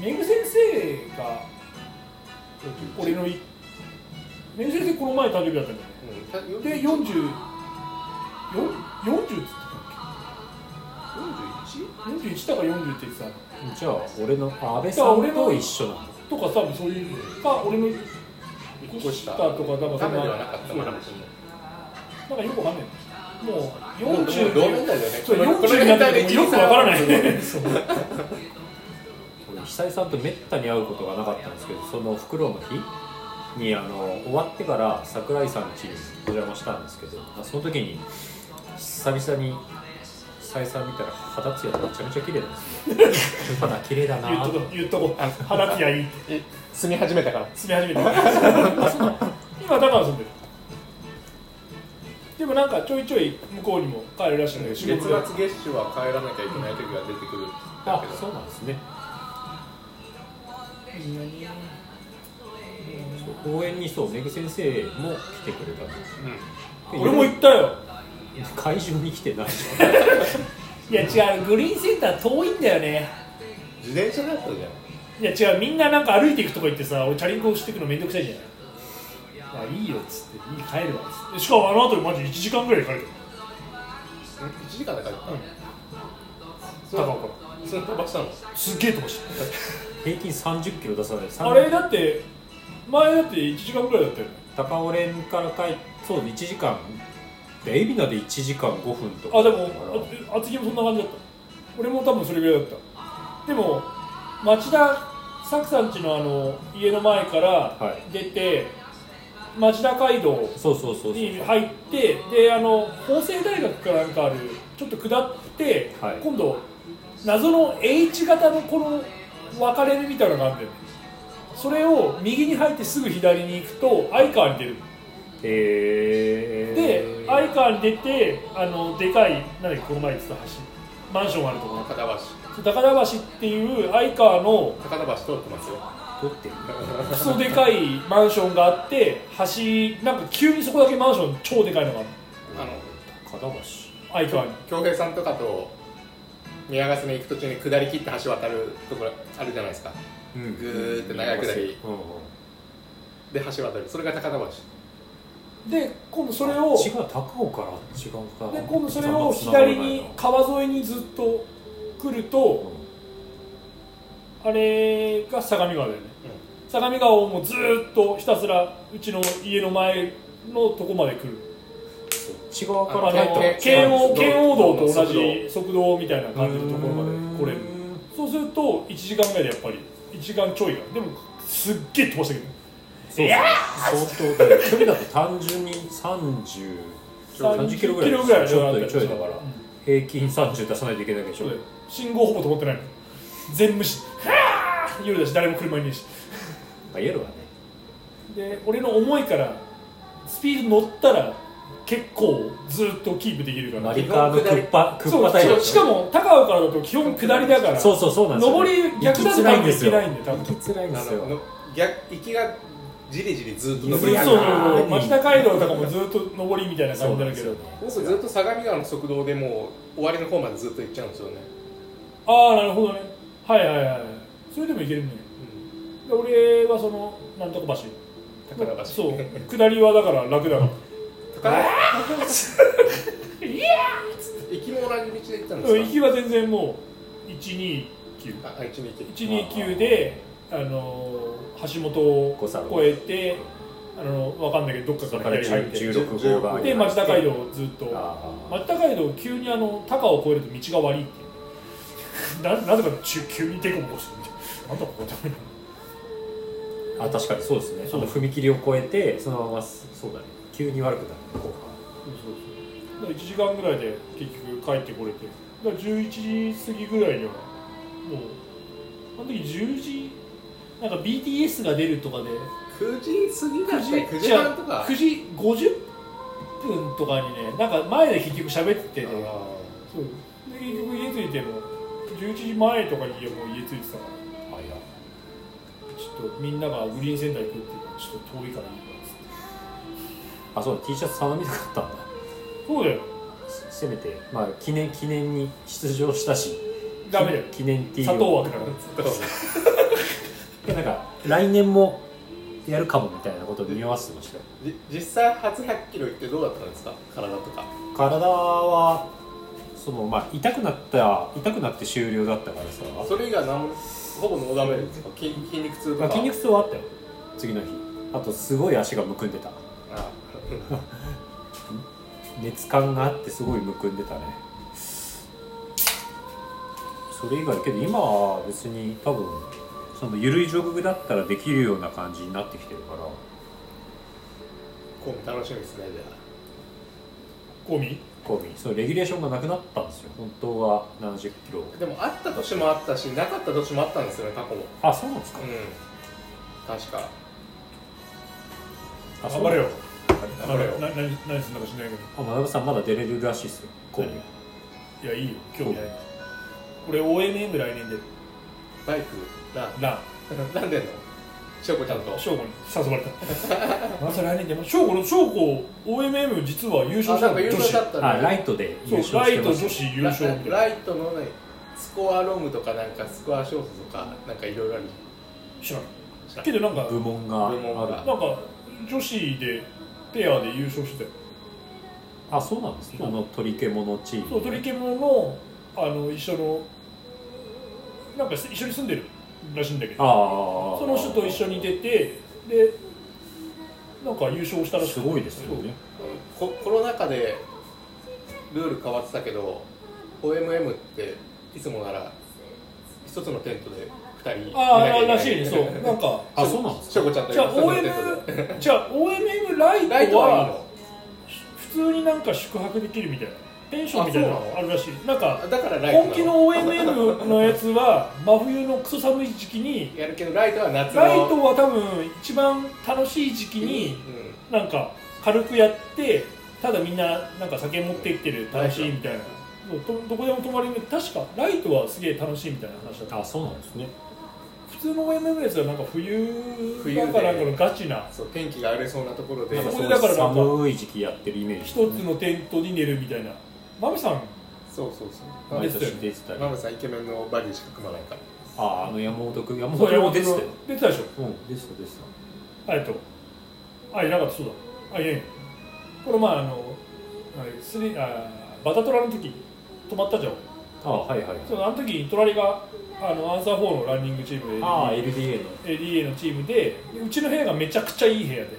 [SPEAKER 1] めぐ先生が俺のいめぐ先生この前誕生日だったんだよね
[SPEAKER 3] うん
[SPEAKER 1] で
[SPEAKER 3] 41
[SPEAKER 1] 4040っつってたっけ41だから40って言ってたの
[SPEAKER 2] じゃあ俺のあ安倍さんと一緒なの
[SPEAKER 1] とか多分そういうか俺の1個
[SPEAKER 3] 1個
[SPEAKER 1] 下
[SPEAKER 3] 下
[SPEAKER 1] とかだから
[SPEAKER 3] ダメではなかった
[SPEAKER 1] そう
[SPEAKER 3] マ
[SPEAKER 1] な
[SPEAKER 3] ダ
[SPEAKER 1] んか
[SPEAKER 3] ムちゃんも
[SPEAKER 1] よくわかんないもう
[SPEAKER 3] もうもう
[SPEAKER 1] 40
[SPEAKER 3] 同年代だよね
[SPEAKER 1] そう
[SPEAKER 3] このこの
[SPEAKER 1] 40になってもよくわからない
[SPEAKER 3] 年代で
[SPEAKER 1] そう
[SPEAKER 2] 俺久井さんとめったに会うことがなかったんですけどそのフクロウの日にあの終わってから桜井さん家にお邪魔したんですけどあその時に久々に久井さん見たら肌ツヤめちゃめちゃ綺麗なんですね 肌綺麗だな
[SPEAKER 1] 言っとこ言っとこ肌つやいいって
[SPEAKER 3] 住み始めたから
[SPEAKER 1] 住み始めてそう今だから住んでるでもなんかちょいちょい向こうにも帰るらしいんだけど仕
[SPEAKER 3] 月末月
[SPEAKER 1] 事
[SPEAKER 3] 初
[SPEAKER 1] で
[SPEAKER 3] は帰らなきゃいけない時が出てくるんだ
[SPEAKER 2] あ
[SPEAKER 3] けど
[SPEAKER 2] そうなんですねそう応援にそうめぐ先生も来てくれたんです
[SPEAKER 3] うん
[SPEAKER 1] 俺も行ったよ
[SPEAKER 2] 会場に来てない
[SPEAKER 1] いや違うグリーンセンター遠いんだよね
[SPEAKER 3] 自転車だったじゃ
[SPEAKER 1] いや
[SPEAKER 3] ん
[SPEAKER 1] 違うみんななんか歩いていくとか言ってさ俺チャリンコしていくのめんどくさいじゃないあいいよっつっていい帰るわっつってしかもあの後マジ1時間ぐらいかかるよ
[SPEAKER 3] 1時間で帰った、
[SPEAKER 1] うん
[SPEAKER 3] そ
[SPEAKER 1] 高
[SPEAKER 3] の
[SPEAKER 1] 岡
[SPEAKER 3] その飛ばしたの
[SPEAKER 1] すっげえ飛ばした
[SPEAKER 2] 平均3 0キロ出さない
[SPEAKER 1] あれだって前だって1時間ぐらいだったよね
[SPEAKER 2] 高尾連から帰っそう1時間で海老名で1時間5分とか
[SPEAKER 1] あでも
[SPEAKER 2] だから
[SPEAKER 1] あ厚木もそんな感じだった俺も多分それぐらいだったでも町田サクさんちのあの家の前から
[SPEAKER 2] はい
[SPEAKER 1] 出て、町田街道
[SPEAKER 2] そうそうそうそう
[SPEAKER 1] に入ってであの法政大学かなんかあるちょっと下って、
[SPEAKER 2] はい
[SPEAKER 1] 今度謎の H 型のこの分かれ目みたいなのがあるんだよねそれを右に入ってすぐ左に行くと相川に出るで
[SPEAKER 2] へえ
[SPEAKER 1] 相川に出てあのでかい何だっけこの前言ってた橋マンションあるところ
[SPEAKER 3] 高田
[SPEAKER 1] そう高田橋っていう相川の
[SPEAKER 3] 橋高田橋通ってますよ
[SPEAKER 2] 取ってる
[SPEAKER 1] クソでかいマンションがあって橋なんか急にそこだけマンション超でかいのがある
[SPEAKER 3] あの
[SPEAKER 2] 片橋
[SPEAKER 1] 相川に
[SPEAKER 3] 恭平さんとかと宮ヶ瀬に行く途中に下り切って橋渡るところあるじゃないですか
[SPEAKER 2] う
[SPEAKER 3] ぐーって長い下り
[SPEAKER 2] うんうん
[SPEAKER 3] で橋渡るそれが高田橋
[SPEAKER 1] で今度それ
[SPEAKER 2] 違
[SPEAKER 1] を
[SPEAKER 2] う高尾から違うか
[SPEAKER 1] で今度それを左に川沿いにずっと来る
[SPEAKER 2] う
[SPEAKER 1] と
[SPEAKER 2] ん
[SPEAKER 1] あれが相模川だよね、相模川をもうずーっとひたすらうちの家の前のとこまで来る
[SPEAKER 2] そっち側か
[SPEAKER 1] あの
[SPEAKER 2] ら
[SPEAKER 3] あけけ
[SPEAKER 1] 圏央圏央道と同
[SPEAKER 3] 速
[SPEAKER 1] じ速道みたいな感じのところま
[SPEAKER 2] うーん
[SPEAKER 1] で来れるそうすると1時間ぐらいでやっぱり1時間ちょいがでもすっげえ飛ばしてくる
[SPEAKER 2] そうそう相当だから距離だと単純に30 30キロぐらい
[SPEAKER 1] 30
[SPEAKER 2] ちょっ
[SPEAKER 1] だ
[SPEAKER 2] とちょいだから
[SPEAKER 1] うん
[SPEAKER 2] 平均30出さないといけないでし
[SPEAKER 1] そ
[SPEAKER 2] ょ
[SPEAKER 1] うだよ信号ほぼ通ってないの全無視はぁ夜だし誰も車いねえし
[SPEAKER 2] まあ夜はね
[SPEAKER 1] で俺の思いからスピード乗ったら結構ずっとキープできるから
[SPEAKER 2] マリカーのクッパク
[SPEAKER 1] そ
[SPEAKER 2] ッ
[SPEAKER 1] う
[SPEAKER 2] パタイ
[SPEAKER 1] そう
[SPEAKER 2] ル
[SPEAKER 1] しかも高尾からだと基本下りだから
[SPEAKER 2] そうそうそうなんですよ
[SPEAKER 1] 上り逆だと
[SPEAKER 2] 行きづらいんですよ
[SPEAKER 1] 行けないんで多分
[SPEAKER 2] 行きづらいんで
[SPEAKER 3] あ
[SPEAKER 2] す
[SPEAKER 3] の
[SPEAKER 2] よ
[SPEAKER 3] の逆行きがじりじりずっと上
[SPEAKER 1] そう
[SPEAKER 3] り
[SPEAKER 1] そうそ
[SPEAKER 3] なが
[SPEAKER 1] う
[SPEAKER 3] ら
[SPEAKER 1] そう町田街道とかもずっと上りみたいな感
[SPEAKER 2] そう
[SPEAKER 1] じだ
[SPEAKER 2] なんで
[SPEAKER 1] け
[SPEAKER 2] す
[SPEAKER 1] ど
[SPEAKER 2] よ
[SPEAKER 3] 僕ずっと相模川の速道でもう終わりの方までずっと行っちゃうんですよね、
[SPEAKER 1] ああなるほどねはいはいはいそれでもいけるんだよ
[SPEAKER 3] うん
[SPEAKER 1] で俺はそのなんとか橋
[SPEAKER 3] 高田橋
[SPEAKER 1] そう下りはだから楽 だから
[SPEAKER 3] 高田橋行きも同じ道で行ったん
[SPEAKER 1] うん
[SPEAKER 3] で
[SPEAKER 1] 行
[SPEAKER 3] すか
[SPEAKER 1] きは全然もう129
[SPEAKER 3] ああ一に行き
[SPEAKER 1] 129で、あのー橋本を越えてあのーわかんないけどどっか
[SPEAKER 2] そこ
[SPEAKER 1] か
[SPEAKER 2] からら
[SPEAKER 1] 左入って
[SPEAKER 2] 16号が
[SPEAKER 1] で町田街
[SPEAKER 2] 道
[SPEAKER 1] 道をずっと
[SPEAKER 2] あ
[SPEAKER 1] 町田街道急にあの高を越えると道が悪いっていうななぜかちゅ急にデコボコしてるみたいなんだここって
[SPEAKER 2] あ確かにそうですね
[SPEAKER 1] そう
[SPEAKER 2] あの踏切を越えてそのまますそうだね急に悪くなるこ
[SPEAKER 1] そ
[SPEAKER 2] う
[SPEAKER 1] うそうだから1時間ぐらいで結局帰ってこれてだから11時過ぎぐらいにはもうあの時10時なんか BTS が出るとかで
[SPEAKER 3] 9時過ぎだ
[SPEAKER 1] 9
[SPEAKER 3] っ
[SPEAKER 1] 時
[SPEAKER 3] た9時半とか
[SPEAKER 1] 9時50分とかにねなんか前で結局喋ってて、
[SPEAKER 3] あ
[SPEAKER 1] そうで結局家着いても11時前とかにもう家着いてたから
[SPEAKER 2] かあいや
[SPEAKER 1] ちょっとみんながグリーンセンター行くっていうからちょっと遠いからいいからっつって
[SPEAKER 2] あそうだ T シャツ頼みたかったんだ
[SPEAKER 1] そうだよ
[SPEAKER 2] せせめてまあ記念記念に出場したし
[SPEAKER 1] ダメだよ
[SPEAKER 2] 記念 T を
[SPEAKER 1] 砂糖枠だから
[SPEAKER 3] ーそう
[SPEAKER 2] でなんか来年もやるかもみたいなことを匂わせてましたよ
[SPEAKER 3] じ実際初100キロ行ってどうだったんですか体とか
[SPEAKER 2] 体はそのまあ痛くなった痛くなって終了だったからさ
[SPEAKER 3] それ以外なんもほぼノーダメですか筋筋肉痛と
[SPEAKER 2] まあ、
[SPEAKER 3] か
[SPEAKER 2] 筋肉痛はあったよ次の日あとすごい足がむくんでた
[SPEAKER 3] あ
[SPEAKER 2] 熱感があってすごいむくんでたねそれ以外けど今は別に多分その緩いジョグだったらできるような感じになってきてるから
[SPEAKER 3] 今度楽しみですねじゃ
[SPEAKER 1] ゴミ
[SPEAKER 2] こういうそうレギュレーションがなくなったんですよ本当は70キロ
[SPEAKER 3] あでもあった年もあったしなかった年もあったんですよね過去も
[SPEAKER 2] あそうなんですか
[SPEAKER 3] うん確か
[SPEAKER 2] あ
[SPEAKER 1] 頑張れよ
[SPEAKER 3] 頑張れよ
[SPEAKER 1] なな何何するのか知らないけど
[SPEAKER 2] あ学さんまだ出れるらしいですよこういう
[SPEAKER 1] いやいいよ興味ない俺 ONM 来年で
[SPEAKER 3] バイクラン
[SPEAKER 1] ラン
[SPEAKER 3] ラン でんの翔子ちゃんと
[SPEAKER 1] 翔吾に誘われ たまさ来年でも翔吾の翔吾 OMM 実は優勝
[SPEAKER 3] あ
[SPEAKER 1] した
[SPEAKER 3] な
[SPEAKER 1] の
[SPEAKER 3] んか優
[SPEAKER 1] 女
[SPEAKER 3] 勝
[SPEAKER 1] 子
[SPEAKER 3] しちゃった
[SPEAKER 2] あ
[SPEAKER 3] ね
[SPEAKER 2] ライトで優勝して
[SPEAKER 1] そう
[SPEAKER 2] ま
[SPEAKER 1] ラ
[SPEAKER 2] す
[SPEAKER 1] イト女子優勝みたいな
[SPEAKER 3] ライトのねスコアロングとかなんかスコアショートとかなんかいろいろある
[SPEAKER 1] 知らん
[SPEAKER 3] 知らん
[SPEAKER 1] けどなんか
[SPEAKER 2] 部門がある
[SPEAKER 3] 部門が
[SPEAKER 1] なんか女子でペアで優勝してたよ
[SPEAKER 2] あそうなんですね
[SPEAKER 1] そ
[SPEAKER 2] あ
[SPEAKER 1] う
[SPEAKER 2] の鳥獣チーム
[SPEAKER 1] そう鳥獣のあの一緒のなんか一緒に住んでるらしいんだけど
[SPEAKER 2] ああ
[SPEAKER 1] その人と一緒に出てでなんか優勝したらしく
[SPEAKER 2] すごいですよね
[SPEAKER 3] ココロナ禍でルール変わってたけど OMM っていつもなら一つのテントで二人
[SPEAKER 1] ああ
[SPEAKER 3] いなきゃいけない
[SPEAKER 1] らしいねそうなんか
[SPEAKER 2] あそうなんですか
[SPEAKER 3] 翔子ちゃんと
[SPEAKER 1] じゃあ
[SPEAKER 3] 一つのテントで
[SPEAKER 1] OM じゃあ OMM ライ
[SPEAKER 3] ライ
[SPEAKER 1] ト
[SPEAKER 3] トはいい
[SPEAKER 1] は
[SPEAKER 3] の
[SPEAKER 1] 普通になんか宿泊できるみたいなペンションみたいな
[SPEAKER 3] あそうな
[SPEAKER 1] の
[SPEAKER 3] の
[SPEAKER 1] あるらしいなんか
[SPEAKER 3] だからライトな
[SPEAKER 1] 本気の OMM のやつは真冬のクソ寒い時期に
[SPEAKER 3] やるけどライトは夏の
[SPEAKER 1] ライトは多分一番楽しい時期
[SPEAKER 3] に
[SPEAKER 1] になんか軽くやってただみんななんか酒持って行ってる楽しいみたいなどどこでも泊まれる確かライトはすげえ楽しいみたいな話だった
[SPEAKER 2] あそうなんですね
[SPEAKER 1] 普通の OMM のやつはなんか冬
[SPEAKER 3] 冬
[SPEAKER 1] だ
[SPEAKER 3] で
[SPEAKER 1] からこのガチな
[SPEAKER 3] そう天気が荒れそうなところで
[SPEAKER 2] なんか
[SPEAKER 1] そ
[SPEAKER 2] そ
[SPEAKER 1] こ
[SPEAKER 2] う
[SPEAKER 1] で
[SPEAKER 2] い
[SPEAKER 1] だから
[SPEAKER 2] う
[SPEAKER 1] なんか
[SPEAKER 2] 寒い時期やってるイメージ
[SPEAKER 1] 一つのテントに寝るみたいなマミさん
[SPEAKER 3] そうそうそう
[SPEAKER 2] 毎年出てたり
[SPEAKER 3] マムさんイケメンのバディしか組まないから
[SPEAKER 2] ああの山本君山本君も出てたよ
[SPEAKER 1] 出てたでし
[SPEAKER 2] うん出てた出て
[SPEAKER 1] ょあ
[SPEAKER 2] た
[SPEAKER 1] れとあいなかったそうだあいないこれまああのあれスリあバタトラの時泊まったじゃん
[SPEAKER 2] ああはいはい
[SPEAKER 1] そうあの時に隣があのアンサー4のランニングチームで
[SPEAKER 2] ああ LDA の
[SPEAKER 1] LDA のチームでうちの部屋がめちゃくちゃいい部屋で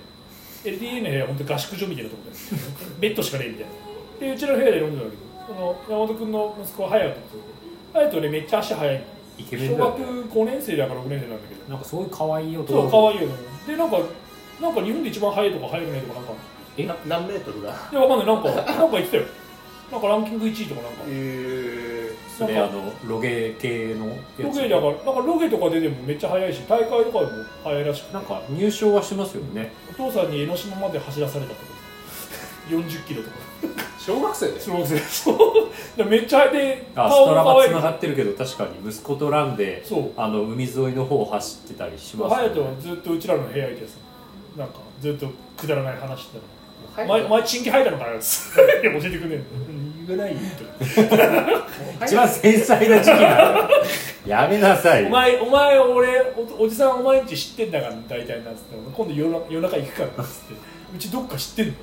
[SPEAKER 1] LDA の部屋は本当に合宿所みたいなところで ベッドしかねえみたいなでうちの部屋で飲んでたわけどその山本君の息子は隼人隼人ねめっちゃ足速い
[SPEAKER 2] イケメ
[SPEAKER 1] 小
[SPEAKER 2] ンだよ
[SPEAKER 1] 学
[SPEAKER 2] ね
[SPEAKER 1] 5年生だから6年生なんだけど
[SPEAKER 2] なんかすごい可愛い男
[SPEAKER 1] そう可愛いよねでなんかなんか日本で一番速いとか速くないとかなんか
[SPEAKER 2] え
[SPEAKER 3] な何メートルが
[SPEAKER 1] いやわかんないなんかなんか言ってたよなんかランキング1位とかなんか
[SPEAKER 3] え
[SPEAKER 2] それあのロゲ系の
[SPEAKER 1] ロ
[SPEAKER 2] やつ
[SPEAKER 1] ケだからなんかロケとか出てもめっちゃ速いし大会とかでも速いらしくて
[SPEAKER 2] なんか入賞はしてますよね
[SPEAKER 1] お父さんに江ノ島まで走らされたとか40キロとか
[SPEAKER 3] 小学生で
[SPEAKER 1] 小学生そうめっちゃ速いで
[SPEAKER 2] あストラバ
[SPEAKER 1] 可愛
[SPEAKER 2] つながってるけど確かに息子とランで
[SPEAKER 1] そう
[SPEAKER 2] あの海沿いの方を走ってたりします
[SPEAKER 1] 隼人
[SPEAKER 2] よ
[SPEAKER 1] は
[SPEAKER 2] ね
[SPEAKER 1] ずっとうちらの部屋いてさなんかずっとくだらない話してたの
[SPEAKER 3] 早
[SPEAKER 1] 前
[SPEAKER 3] く
[SPEAKER 1] 前チンキ入ったのかなっ つって教えてくんねえの言わないよと
[SPEAKER 2] 一番繊細な時期なんだよやめなさい
[SPEAKER 1] お前お前俺おおじさんお前んち知ってんだから大体なっつって今度夜な夜中行くからっつってうちどっか知ってんの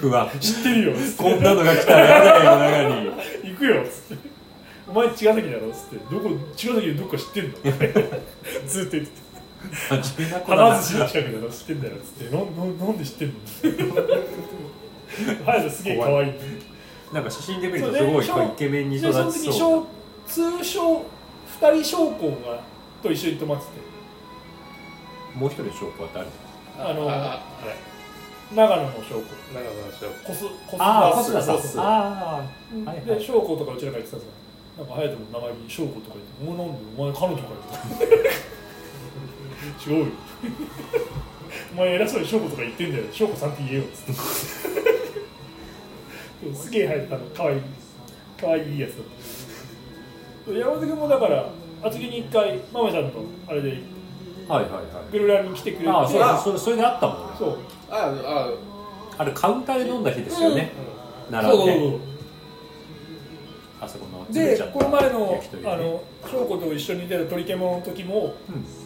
[SPEAKER 2] 不安
[SPEAKER 1] 知ってるよっつって
[SPEAKER 2] こんなのが来たらやだよ中に
[SPEAKER 1] 行くよっつってお前茅ヶ崎だろっつってどこ茅ヶ崎でどっか知 ってんのずっと言ってて
[SPEAKER 2] 真面目な子だな
[SPEAKER 1] 花寿司の近くだろ知ってんだよっつってなななんで知ってん の隼人すげえ可愛い
[SPEAKER 2] なんか写真で見るとすごい
[SPEAKER 1] そうね
[SPEAKER 2] イケメンに育
[SPEAKER 1] でその
[SPEAKER 2] ち
[SPEAKER 1] 時に
[SPEAKER 2] そう
[SPEAKER 1] 小通称2人将校がと一緒に泊まってて
[SPEAKER 2] もう一人証拠は誰
[SPEAKER 1] あの
[SPEAKER 3] ああれ
[SPEAKER 1] 長野の将校
[SPEAKER 3] 長野の小学
[SPEAKER 1] コスコス
[SPEAKER 2] ああ
[SPEAKER 1] バ
[SPEAKER 2] 小
[SPEAKER 1] ス
[SPEAKER 2] 須田さん
[SPEAKER 1] コス
[SPEAKER 2] ああはいは
[SPEAKER 1] で
[SPEAKER 2] い
[SPEAKER 1] 翔子とかうちらが言ってたさなんか隼人の名前に翔子とか言って「お前なんでお前彼女かよ」 違うよ」お前偉そうに翔子とか言ってんだよ翔子さんって言え よ」っつってでもすげえ隼人あのかわいいかわいいやつだった山本君もだから厚木に一回ママちゃんとあれで
[SPEAKER 2] はいはいはい
[SPEAKER 1] グルラに来てくれて
[SPEAKER 2] ああそうだ
[SPEAKER 3] で
[SPEAKER 2] それそれであったもんね
[SPEAKER 1] そう
[SPEAKER 3] ああ
[SPEAKER 2] あれカウンターで飲んだ日ですよね
[SPEAKER 1] そう
[SPEAKER 2] 奈
[SPEAKER 1] そ
[SPEAKER 2] 良
[SPEAKER 1] う
[SPEAKER 2] で
[SPEAKER 1] そう
[SPEAKER 2] あそこの潰れ
[SPEAKER 1] で
[SPEAKER 2] ちゃった
[SPEAKER 1] この前の
[SPEAKER 2] 焼き鳥
[SPEAKER 1] あ
[SPEAKER 2] 屋ね
[SPEAKER 1] の翔子と一緒に出た鳥獣の時も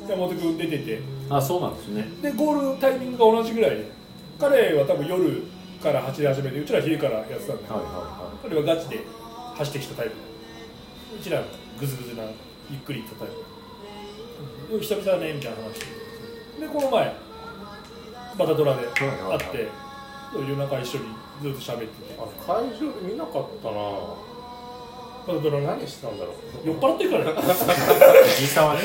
[SPEAKER 1] 山本君出てて
[SPEAKER 2] うんあそうなんですね
[SPEAKER 1] でゴールタイミングが同じぐらいで彼は多分夜から走り始めてうちら昼からやってたんだけ
[SPEAKER 2] は
[SPEAKER 1] ど
[SPEAKER 2] いはいは
[SPEAKER 1] 彼はガチで走ってきたタイプうちらグズグズなゆっくり行ったタイプうん久々だねみたいな話してでこの前バタドラで会
[SPEAKER 2] はいはい
[SPEAKER 1] って夜中一緒にずっと喋ってて
[SPEAKER 3] あ会場で見なかったな
[SPEAKER 1] バタドラ何
[SPEAKER 3] 何してたんだろう
[SPEAKER 1] 酔っ払ってるからね
[SPEAKER 2] い藤井さんはね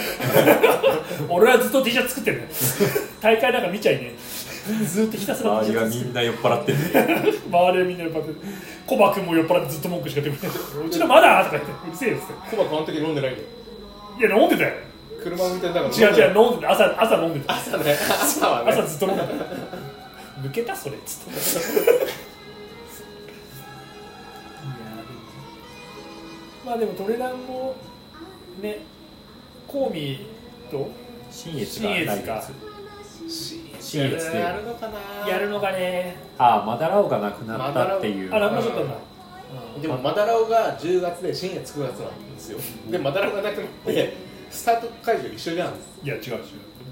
[SPEAKER 1] 俺はずっと T シャツ作ってる 大会なんか見ちゃいねえずっとひたすら T
[SPEAKER 2] 周
[SPEAKER 1] シ
[SPEAKER 2] り
[SPEAKER 1] ャ
[SPEAKER 2] は
[SPEAKER 1] ツ
[SPEAKER 2] み
[SPEAKER 1] 作って
[SPEAKER 2] んな酔っ払ってる
[SPEAKER 1] 周りはみんな酔っ払ってコバ君も酔っ払ってずっと文句しか出てくれないうちのまだとか言ってうるせえよっつって
[SPEAKER 3] コバ君あの時飲んでないんだよ
[SPEAKER 1] いや飲んでたよ
[SPEAKER 3] 車運転だから
[SPEAKER 1] 違う違
[SPEAKER 3] う
[SPEAKER 1] う飲んでた朝朝飲んでた
[SPEAKER 3] 朝ね朝はね
[SPEAKER 1] 朝ずっと飲んでた抜けたそれっつっていや ーでもまあでもトレランもねコーミーと
[SPEAKER 2] 新越がないやつ新越で
[SPEAKER 3] やるのかな
[SPEAKER 1] やるのがね
[SPEAKER 2] ああマダラオがなくなったっていう
[SPEAKER 1] あなくなっちゃったんだ
[SPEAKER 3] でもマダラオが10月で深夜9月なんですよでマダラオがなくなってスタート会場一緒じゃん
[SPEAKER 1] いや違う違う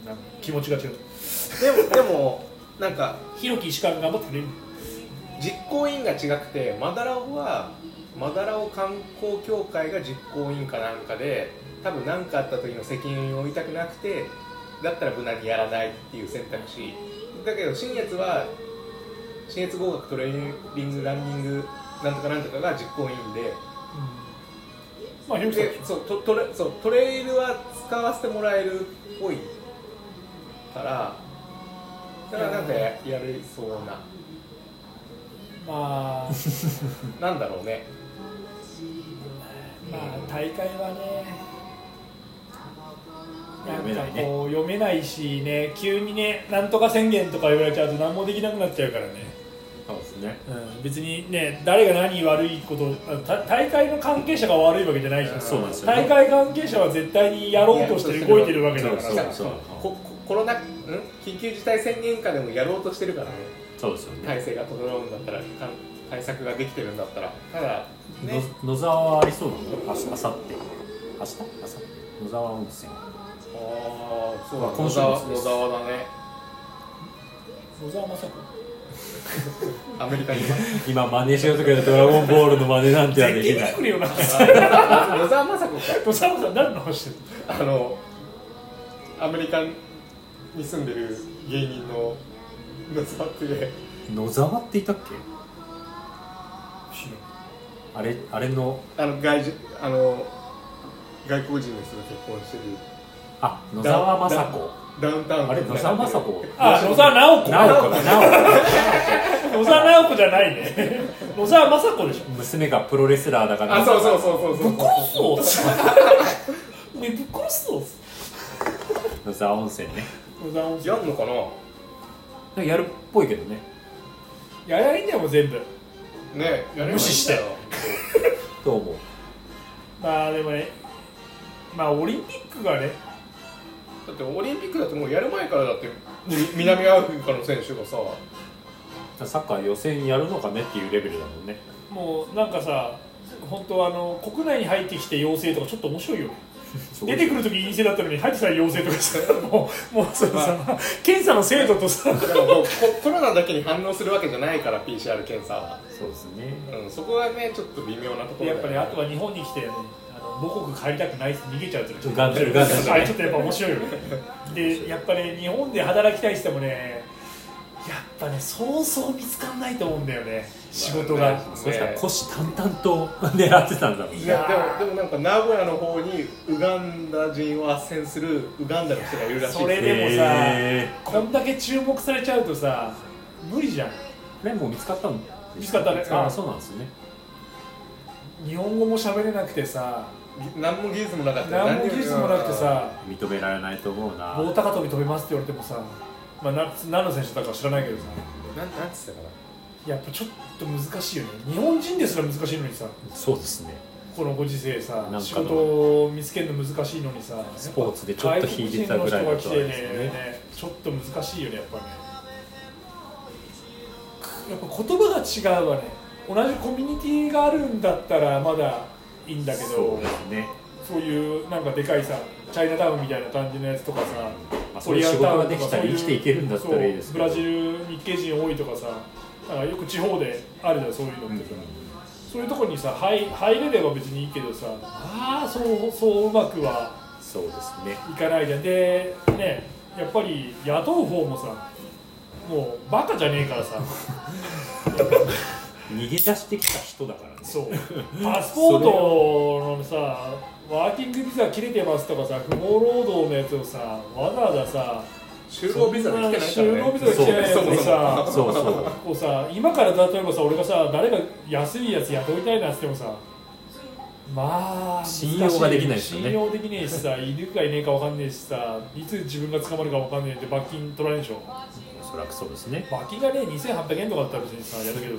[SPEAKER 1] なんか気持ちが違う
[SPEAKER 3] でもでもなんか
[SPEAKER 1] ひろき石川が頑張ってくれる
[SPEAKER 3] 実行委員が違くてマダラオはマダラオ観光協会が実行委員かなんかで多分何かあった時の責任を負いたくなくてだったら無難にやらないっていう選択肢だけど新越は新越合格トレーニングランニングなんとかなんとかが実行委員で
[SPEAKER 1] まあ、ひろきさんでし
[SPEAKER 3] で
[SPEAKER 1] ょ
[SPEAKER 3] そうトトレそうトレイルは使わせてもらえるっぽいからだからなんかややれそうな
[SPEAKER 1] まあ、
[SPEAKER 3] なんだろうね
[SPEAKER 1] まあ、大会はね。なん
[SPEAKER 2] 読め
[SPEAKER 1] か
[SPEAKER 2] ないね
[SPEAKER 1] こう読めないしね、急にね、なんとか宣言とか言われちゃうと、何もできなくなっちゃうからね、
[SPEAKER 2] そうですね
[SPEAKER 1] うん、別にね、誰が何悪いこと、あた大会の関係者が悪いわけじゃないじゃん、
[SPEAKER 2] そうなんですよ
[SPEAKER 1] 大
[SPEAKER 2] ね
[SPEAKER 1] 会関係者は絶対にやろうとして動いてるわけだから
[SPEAKER 2] そうそうそう
[SPEAKER 3] ここコロナん緊急事態宣言下でもやろうとしてるからね
[SPEAKER 2] そうですよね
[SPEAKER 3] 体制が整うんだったらかん対策ができてるんだったらただね
[SPEAKER 2] の野沢はありそうなの明日明後日明日明後日野沢温泉
[SPEAKER 3] ああそう
[SPEAKER 2] ま
[SPEAKER 3] だ
[SPEAKER 2] あ
[SPEAKER 3] 野
[SPEAKER 2] 今週末
[SPEAKER 3] 沢
[SPEAKER 2] で
[SPEAKER 3] 野
[SPEAKER 2] す
[SPEAKER 3] 沢だね
[SPEAKER 1] 野沢雅子
[SPEAKER 3] アメリ カにいます
[SPEAKER 2] 今真似しようとけどドラゴンボールの真似なんてはで
[SPEAKER 1] 絶
[SPEAKER 2] き
[SPEAKER 1] 対
[SPEAKER 2] な
[SPEAKER 1] 来
[SPEAKER 2] い
[SPEAKER 1] るよな
[SPEAKER 3] 野沢雅子か
[SPEAKER 1] 野沢さん何の話してる
[SPEAKER 3] あのアメリカに住んでる芸人の野沢っていう
[SPEAKER 2] 野沢っていたっけあれあれの
[SPEAKER 3] あの外人あの外国人の人と結婚してる
[SPEAKER 2] あ野沢雅子
[SPEAKER 3] ダウンタウン
[SPEAKER 2] あれ野沢雅子
[SPEAKER 1] あ野沢直子
[SPEAKER 2] なおかな
[SPEAKER 1] 野沢直子じゃないね野沢雅子でしょ
[SPEAKER 2] お娘がプロレスラーだから
[SPEAKER 3] あそうそうそうそうそう
[SPEAKER 1] ぶっ殺 すぞねぶっ殺すぞ
[SPEAKER 2] 野沢温泉ね
[SPEAKER 1] 野沢温泉
[SPEAKER 3] やんのかな
[SPEAKER 2] なんかやるっぽいけどね
[SPEAKER 1] やりゃいいんだよもう全部
[SPEAKER 3] ねやればいいんだよ
[SPEAKER 1] 無視して
[SPEAKER 2] どう思う
[SPEAKER 1] まあでもねまあオリンピックがね
[SPEAKER 3] だってオリンピックだってもうやる前からだって み南アフリカの選手がさ
[SPEAKER 2] サッカー予選やるのかねっていうレベルだもんね
[SPEAKER 1] もうなんかさ本当あの国内に入ってきて陽性とかちょっと面白いよね
[SPEAKER 2] すごい
[SPEAKER 1] 出てくる時陰性だったのに入ってきたら陽性とかさもうもうそのさ、検査の精度とさ
[SPEAKER 3] だからもうココロナだけに反応するわけじゃないから PCR 検査は、
[SPEAKER 2] そうですね
[SPEAKER 3] うん、そこがねちょっと微妙なところだ
[SPEAKER 1] やっ
[SPEAKER 3] よね
[SPEAKER 1] ぱりあとは日本に来て、ね、あの母国帰りたくないって逃げちゃうっていうのはちょっと
[SPEAKER 2] ガンツルガン ツル
[SPEAKER 1] あれちょっとやっぱ面白いよねでやっぱね日本で働きたい人もねやっぱねそうそう見つかんないと思うんだよね仕事が、
[SPEAKER 3] まあね
[SPEAKER 2] そしたら虎視眈々と狙ってたんだもん
[SPEAKER 1] い
[SPEAKER 3] い
[SPEAKER 2] ね
[SPEAKER 1] や
[SPEAKER 3] やでもでもなんか名古屋の方にウガンダ人を斡旋するウガンダの人がいるらしい
[SPEAKER 1] それでもさ、
[SPEAKER 2] へ
[SPEAKER 1] こんだけ注目されちゃうとさ無理じゃん
[SPEAKER 2] ーでもう見つかったの
[SPEAKER 1] 見つかったね
[SPEAKER 2] ああそうなんですね
[SPEAKER 1] 日本語も喋れなくてさ
[SPEAKER 3] 何も技術もなかったよ
[SPEAKER 1] 何も技術もなくてさ
[SPEAKER 2] 認められないと思うな
[SPEAKER 1] 棒高跳び飛びますって言われてもさ、まあ、な何の選手だか知らないけどさ
[SPEAKER 3] なんなんつってたかな
[SPEAKER 1] やっぱちょっと難しいよね日本人ですら難しいのにさ
[SPEAKER 2] そうですね
[SPEAKER 1] このご時世さ
[SPEAKER 2] なんかの
[SPEAKER 1] 仕事を見つけるの難しいのにさ
[SPEAKER 2] スポーツでちょっと引いてたぐら
[SPEAKER 1] 外
[SPEAKER 2] いの
[SPEAKER 1] 国人の人が来
[SPEAKER 2] 人
[SPEAKER 1] て
[SPEAKER 2] で
[SPEAKER 1] ね
[SPEAKER 2] すね
[SPEAKER 1] ねちょっと難しいよねやっぱねやっぱ言葉が違うわね同じコミュニティがあるんだったらまだいいんだけどそ
[SPEAKER 2] そう
[SPEAKER 1] う,、
[SPEAKER 2] ですね
[SPEAKER 1] いうなんかでかいさチャイナタウンみたいな感じのやつとかさ
[SPEAKER 2] まあそういう仕事ができた
[SPEAKER 1] そうい
[SPEAKER 2] り
[SPEAKER 1] う
[SPEAKER 2] 生きていけるんだったらいいです
[SPEAKER 1] そうブ
[SPEAKER 2] けど
[SPEAKER 1] ラジル日系人多いとかさだからよく地方であるじゃんそういうのってさ、そういうところにさ入入れれば別にいいけどさああそうそううまくは
[SPEAKER 2] そうですね
[SPEAKER 1] いかないじゃんでねやっぱり雇う方もさもうバカじゃねえからさ
[SPEAKER 2] 逃げ出してきた人だからね
[SPEAKER 1] そうパスポートのさワーキングビザ切れてますとかさ不法労働のやつをさわざわざさ
[SPEAKER 3] 就労ビザで来てないからね
[SPEAKER 1] 就労ビザで来てないやつにさ
[SPEAKER 3] そう
[SPEAKER 2] そうそう
[SPEAKER 1] こうさ今から例えばさ俺がさ誰が安いやつ雇いたいなっつってもさまあ
[SPEAKER 2] 信用ができないですよね
[SPEAKER 1] 信用できねえし さ犬かいねえかわかんねえしさいつ自分が捕まるかわかんねえって罰金取られんでしょ
[SPEAKER 2] おそらくそうですね
[SPEAKER 1] 罰金がね2800円とかだったら別にさやるけど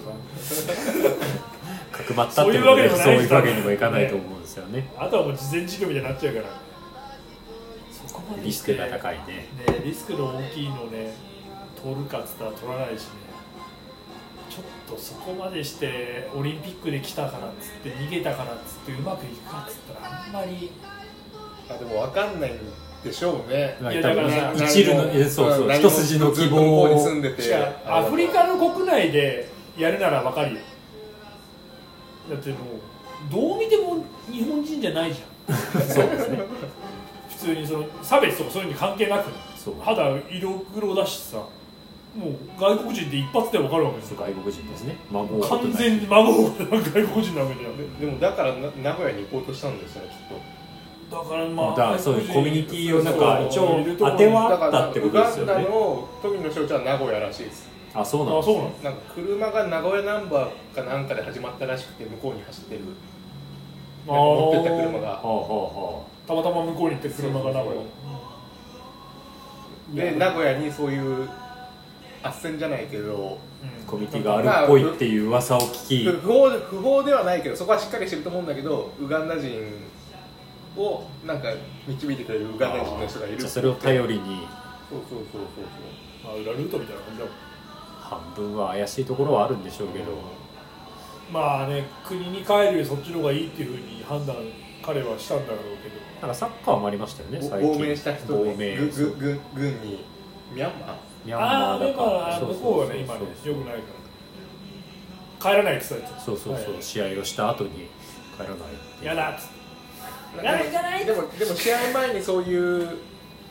[SPEAKER 1] さ
[SPEAKER 2] 角張ったって
[SPEAKER 1] そういうわけでも
[SPEAKER 2] そう
[SPEAKER 1] ない
[SPEAKER 2] いうわけにもいかないと思うんですよね
[SPEAKER 1] あとはもう事前事業みたいになっちゃうからそこまで
[SPEAKER 2] リスクが
[SPEAKER 1] い
[SPEAKER 2] 高いね
[SPEAKER 1] ねリスクの大きいのね取るかっつったら取らないしねちょっとそこまでしてオリンピックで来たからっつって逃げたからっつってうまくいくかっつったらあんまり
[SPEAKER 3] あでも分かんないんでしょうね
[SPEAKER 2] まあ
[SPEAKER 1] いや
[SPEAKER 2] 多分
[SPEAKER 1] だから
[SPEAKER 3] な
[SPEAKER 2] 一縷の
[SPEAKER 3] 何も
[SPEAKER 2] えそうそう
[SPEAKER 3] 何も
[SPEAKER 2] 一筋の希望
[SPEAKER 3] 向こうに
[SPEAKER 2] を
[SPEAKER 3] 住んでて
[SPEAKER 1] 違うアフリカの国内でやるならわかるよだってもうどう見ても日本人じゃないじゃん
[SPEAKER 2] そうですね
[SPEAKER 1] 普通にその差別とかそういうのに関係なく
[SPEAKER 2] そう
[SPEAKER 1] 肌色黒だしさもう外国人で一発で分かるわけです
[SPEAKER 2] そう
[SPEAKER 1] よ
[SPEAKER 2] 外国人ですね孫を
[SPEAKER 1] 完全に孫が外国人なわけじゃんだ
[SPEAKER 3] ででもだからな名古屋に行こうとしたんですよねきっと
[SPEAKER 1] からまあ
[SPEAKER 2] だからそういうコミュニティをなんか一
[SPEAKER 1] そうそう
[SPEAKER 2] 応
[SPEAKER 1] いるところ
[SPEAKER 2] 当ては
[SPEAKER 3] だ
[SPEAKER 2] あ
[SPEAKER 3] か
[SPEAKER 2] った
[SPEAKER 3] ら
[SPEAKER 2] って
[SPEAKER 3] ウ
[SPEAKER 2] ことで
[SPEAKER 3] ガ
[SPEAKER 2] すよ
[SPEAKER 3] ンダ
[SPEAKER 2] ね
[SPEAKER 3] の富野象徴は名古屋らしいです
[SPEAKER 2] あそうなん
[SPEAKER 1] あ
[SPEAKER 2] です
[SPEAKER 1] そう
[SPEAKER 2] ね
[SPEAKER 1] なの
[SPEAKER 3] なんか車が名古屋ナンバーかなんかで始まったらしくて向こうに走ってる
[SPEAKER 1] あ
[SPEAKER 3] 持って
[SPEAKER 1] ー
[SPEAKER 3] った車が
[SPEAKER 2] はあは
[SPEAKER 1] たまたま向こうに行って車が名古屋
[SPEAKER 3] で名古屋にそういう斡旋じゃないけど
[SPEAKER 2] あはあ
[SPEAKER 1] う
[SPEAKER 2] コ
[SPEAKER 1] ん
[SPEAKER 2] ミュニティがあるっぽいっていう噂を聞き
[SPEAKER 3] 不法不法ではないけどそこはしっかりしてると思うんだけどウガンダ人をなんか導いてくれるウガンダ人の人がいる
[SPEAKER 2] じゃあそれを頼りに
[SPEAKER 3] そうそうそうそう
[SPEAKER 1] まあ裏ルートみたいな感じだもん
[SPEAKER 2] 半分は怪しいところはあるんでしょうけど、
[SPEAKER 1] まあね国に帰るよりそっちの方がいいっていうふうに判断彼はしたんだろうけど
[SPEAKER 2] なんかサッカーもありましたよね
[SPEAKER 3] そう
[SPEAKER 2] 最
[SPEAKER 3] ぼ
[SPEAKER 2] 近
[SPEAKER 3] 亡命した人
[SPEAKER 2] 亡
[SPEAKER 3] に
[SPEAKER 2] 命
[SPEAKER 3] ぐ
[SPEAKER 2] そう
[SPEAKER 3] ぐぐ軍にミャンマ
[SPEAKER 2] ミャン
[SPEAKER 1] あ
[SPEAKER 2] マ
[SPEAKER 1] あ
[SPEAKER 2] ー
[SPEAKER 1] で
[SPEAKER 2] だから
[SPEAKER 1] も向こうはね今ねよくないから帰らないって言ってたやつ
[SPEAKER 2] そうそうそう、
[SPEAKER 1] はい
[SPEAKER 2] 試合をした後に帰らないっていう
[SPEAKER 1] 嫌だっつっ
[SPEAKER 3] ー
[SPEAKER 1] やらない
[SPEAKER 3] でもでも試合前にそういう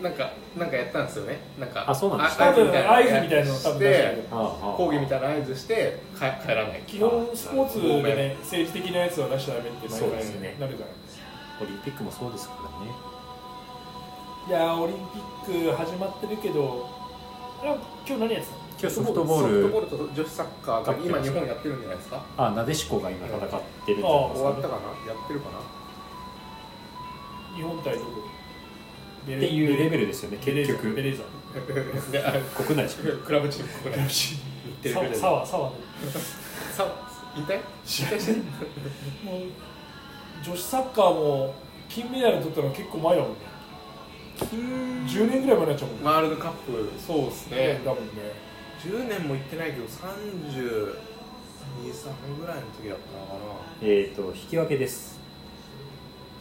[SPEAKER 3] なんかなんかやったんですよねなんか
[SPEAKER 2] あそうなんです
[SPEAKER 1] て
[SPEAKER 2] か
[SPEAKER 1] 多分
[SPEAKER 3] の
[SPEAKER 1] 合図みたいなの多分出
[SPEAKER 3] し
[SPEAKER 1] して
[SPEAKER 3] て
[SPEAKER 1] る
[SPEAKER 2] ああああ
[SPEAKER 3] 抗議みたいな合図して帰帰らない
[SPEAKER 1] 基本スポーツでね政治的なやつは出しちゃダメって毎
[SPEAKER 2] そう
[SPEAKER 1] 回
[SPEAKER 2] ですね
[SPEAKER 1] なるから
[SPEAKER 2] オリンピックもそうですからね
[SPEAKER 1] いやーオリンピック始まってるけどあ今日何やってたの
[SPEAKER 2] 今日ソフトボー
[SPEAKER 3] ソ
[SPEAKER 2] ル
[SPEAKER 3] フトボールと女子サッカーが今日本やってるんじゃないですか
[SPEAKER 2] あなでしこが今戦ってるんじゃないですか
[SPEAKER 3] 終わ
[SPEAKER 2] ね
[SPEAKER 3] ったかなやってるかな
[SPEAKER 1] 日本対どこって
[SPEAKER 2] っていうレベルですよね
[SPEAKER 1] ベレー
[SPEAKER 2] 結
[SPEAKER 1] ザ
[SPEAKER 2] 局
[SPEAKER 1] ベレーザ
[SPEAKER 3] で あ
[SPEAKER 2] 国内でしょ
[SPEAKER 3] クラブチームこれ言ってるけど
[SPEAKER 1] サワサワね
[SPEAKER 3] さ引退引退してる
[SPEAKER 1] もう女子サッカーも金メダル取ったの結構前だもんね10年ぐらい前になっちゃうもんね
[SPEAKER 3] ワールドカップそうですね
[SPEAKER 1] だもんね
[SPEAKER 3] 10年も行ってないけど323ぐらいの時だったのか
[SPEAKER 2] えー、と引き分けです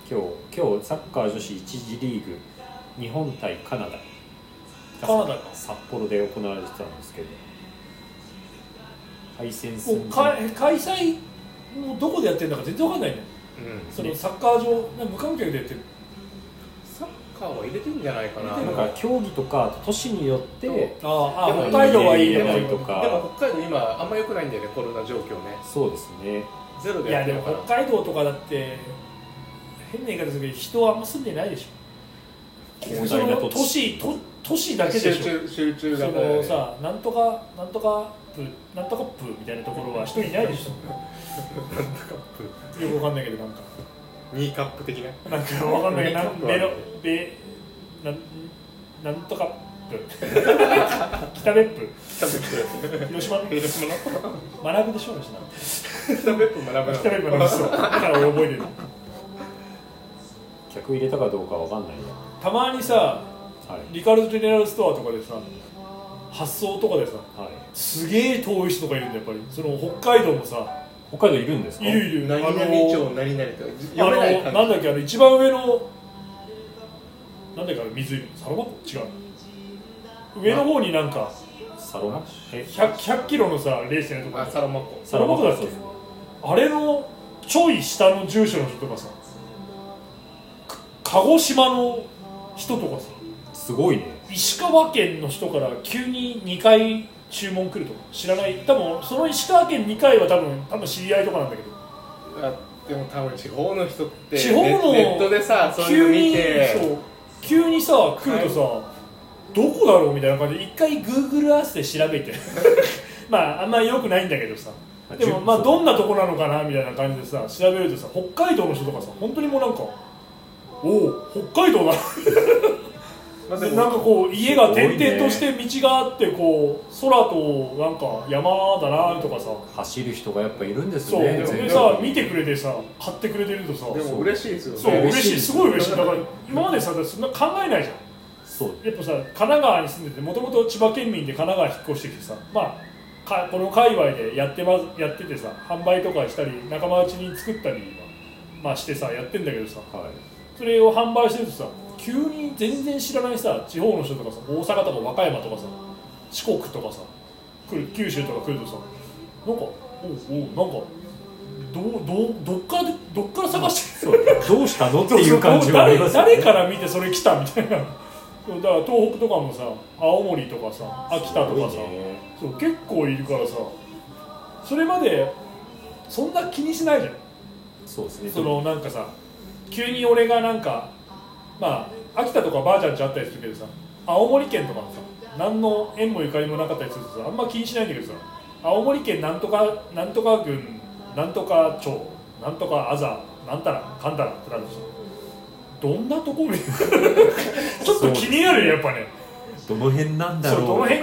[SPEAKER 2] 今日今日サッカー女子1次リーグ日本対カナダ
[SPEAKER 1] カナダか
[SPEAKER 2] 札幌で行われてたんですけど敗戦
[SPEAKER 1] もう
[SPEAKER 2] 寸
[SPEAKER 1] か
[SPEAKER 2] 前
[SPEAKER 1] 開催もうどこでやってるんだか全然わかんないね
[SPEAKER 3] なうん
[SPEAKER 1] そのサッカー場なんか無観客でやってる
[SPEAKER 3] サッカーは入れてんじゃないかな
[SPEAKER 1] 入れて
[SPEAKER 2] なん
[SPEAKER 1] の
[SPEAKER 2] か競技とか都市によって
[SPEAKER 1] ああああ
[SPEAKER 3] でも
[SPEAKER 1] 北海道はいいね
[SPEAKER 2] 入れないとか
[SPEAKER 3] でも北海道今あんま良くないんだよねコロナ状況ね
[SPEAKER 2] そうですね
[SPEAKER 3] ゼロ
[SPEAKER 1] い
[SPEAKER 3] でや
[SPEAKER 1] や
[SPEAKER 3] って
[SPEAKER 1] で
[SPEAKER 3] るの
[SPEAKER 1] も
[SPEAKER 3] かな
[SPEAKER 1] 北海道とかだって変な言い方するけど人はあんま住んでないでしょ
[SPEAKER 2] 広
[SPEAKER 1] そ
[SPEAKER 2] 大な
[SPEAKER 1] の
[SPEAKER 2] 土
[SPEAKER 1] 都
[SPEAKER 2] 地
[SPEAKER 1] 市都都市だけでしょ
[SPEAKER 3] 集中集中
[SPEAKER 1] そ
[SPEAKER 3] 型だよ
[SPEAKER 1] の
[SPEAKER 3] ね
[SPEAKER 1] さなんとかなんとかプなんとかプみたいなところは人いないでしょよくわかんないけどなんか
[SPEAKER 3] 2カップ的な
[SPEAKER 1] なんかわかんないけどなんベロベなんなんとかプ北別府
[SPEAKER 3] 北別府
[SPEAKER 1] 広島の
[SPEAKER 3] 広島の
[SPEAKER 1] 学ぶでしょうしな
[SPEAKER 3] 北別府学ぶ
[SPEAKER 1] 北別府の 人だから俺覚えてる
[SPEAKER 2] 客入れたかどうかわかんないな
[SPEAKER 1] たまにさ
[SPEAKER 2] はい
[SPEAKER 1] リカルド・ジェネラルストアとかでさ発送とかでさ
[SPEAKER 2] はい
[SPEAKER 1] すげえ遠い人とかいるんだやっぱりその北海道もさ
[SPEAKER 2] 北海道いるんですか
[SPEAKER 1] いるいる
[SPEAKER 3] 何
[SPEAKER 1] あの
[SPEAKER 3] 々町何々とか
[SPEAKER 1] あ
[SPEAKER 3] 読
[SPEAKER 1] の
[SPEAKER 3] めない
[SPEAKER 1] な
[SPEAKER 3] 感
[SPEAKER 1] ん
[SPEAKER 3] じ
[SPEAKER 1] だっけあの一番上のなんだっけあの湖サロマ湖違う上の方になんか
[SPEAKER 2] サロマえ
[SPEAKER 1] 100, 100キロのさレースやると
[SPEAKER 3] あ
[SPEAKER 1] か
[SPEAKER 3] サロマ湖
[SPEAKER 1] サロマ湖だっ
[SPEAKER 2] そう
[SPEAKER 1] け
[SPEAKER 2] です
[SPEAKER 1] あれのちょい下の住所の人とかさか鹿児島の人とかさ
[SPEAKER 2] すごいね
[SPEAKER 1] 石川県の人から急に2回注文来るとか知らない多分その石川県2回は多分多分知り合いとかなんだけど
[SPEAKER 3] あでも多分地方の人って
[SPEAKER 1] 地方の
[SPEAKER 3] ネネットでさそういうの
[SPEAKER 1] 急に
[SPEAKER 3] 見て
[SPEAKER 1] そう急にさ来るとさ、どこだろうみたいな感じで一回 Google アースで調べて まああんまりよくないんだけどさでもまあどんなとこなのかなみたいな感じでさ調べるとさ北海道の人とかさ本当にもうなんかおお北海道だ
[SPEAKER 3] まあで
[SPEAKER 1] で
[SPEAKER 3] も
[SPEAKER 1] なんかこう家が点々とし
[SPEAKER 2] す
[SPEAKER 1] て道があってこう空となんか山だなとかさ
[SPEAKER 2] 走る人がやっぱいるんです
[SPEAKER 1] そう
[SPEAKER 2] ね
[SPEAKER 1] で
[SPEAKER 2] 全
[SPEAKER 1] さ
[SPEAKER 2] 国
[SPEAKER 1] 見
[SPEAKER 2] に
[SPEAKER 1] てくれてさ買ってくれてるとさ
[SPEAKER 3] でも嬉しいですよね
[SPEAKER 1] そう
[SPEAKER 2] 嬉
[SPEAKER 1] 嬉
[SPEAKER 2] しい
[SPEAKER 1] しいすごい嬉しいだから今までさそんな考えないじゃん
[SPEAKER 2] そう
[SPEAKER 1] やっぱさ神奈川に住んでてもともと千葉県民で神奈川引っ越してきてさまあかこの界隈でやってますやっててさ販売とかしたり仲間内に作ったりは、まあ、してさやってんだけどさ
[SPEAKER 2] はい
[SPEAKER 1] それを販売してるとさ急に全然知らないさ地方の人とかさ大阪とか和歌山とかさ四国とかさ来る九州とか来るとさなんかおうおうなんかどうどうどっからどっから探して
[SPEAKER 2] そうどうしたのっていう感じはありますよ
[SPEAKER 1] 誰
[SPEAKER 2] ね
[SPEAKER 1] 誰から見てそれ来たみたいなそうだから東北とかもさ青森とかさ秋田とかさ、
[SPEAKER 2] すごいね
[SPEAKER 1] そう結構いるからさそれまでそんな気にしないじゃん
[SPEAKER 2] そうですね
[SPEAKER 1] そのなんかさ急に俺がなんかまあ秋田とかばあちゃんちあったりするけどさ青森県とかもさ何の縁もゆかりもなかったりするとさあんま気にしないんだけどさ青森県なんとかなんとか郡なんとか町なんとかあざなんたらかんたらってなるでしょど んなとこみたいなちょっと気になるよやっぱね
[SPEAKER 2] どの辺なんだ
[SPEAKER 1] そう
[SPEAKER 2] ろう
[SPEAKER 1] どの辺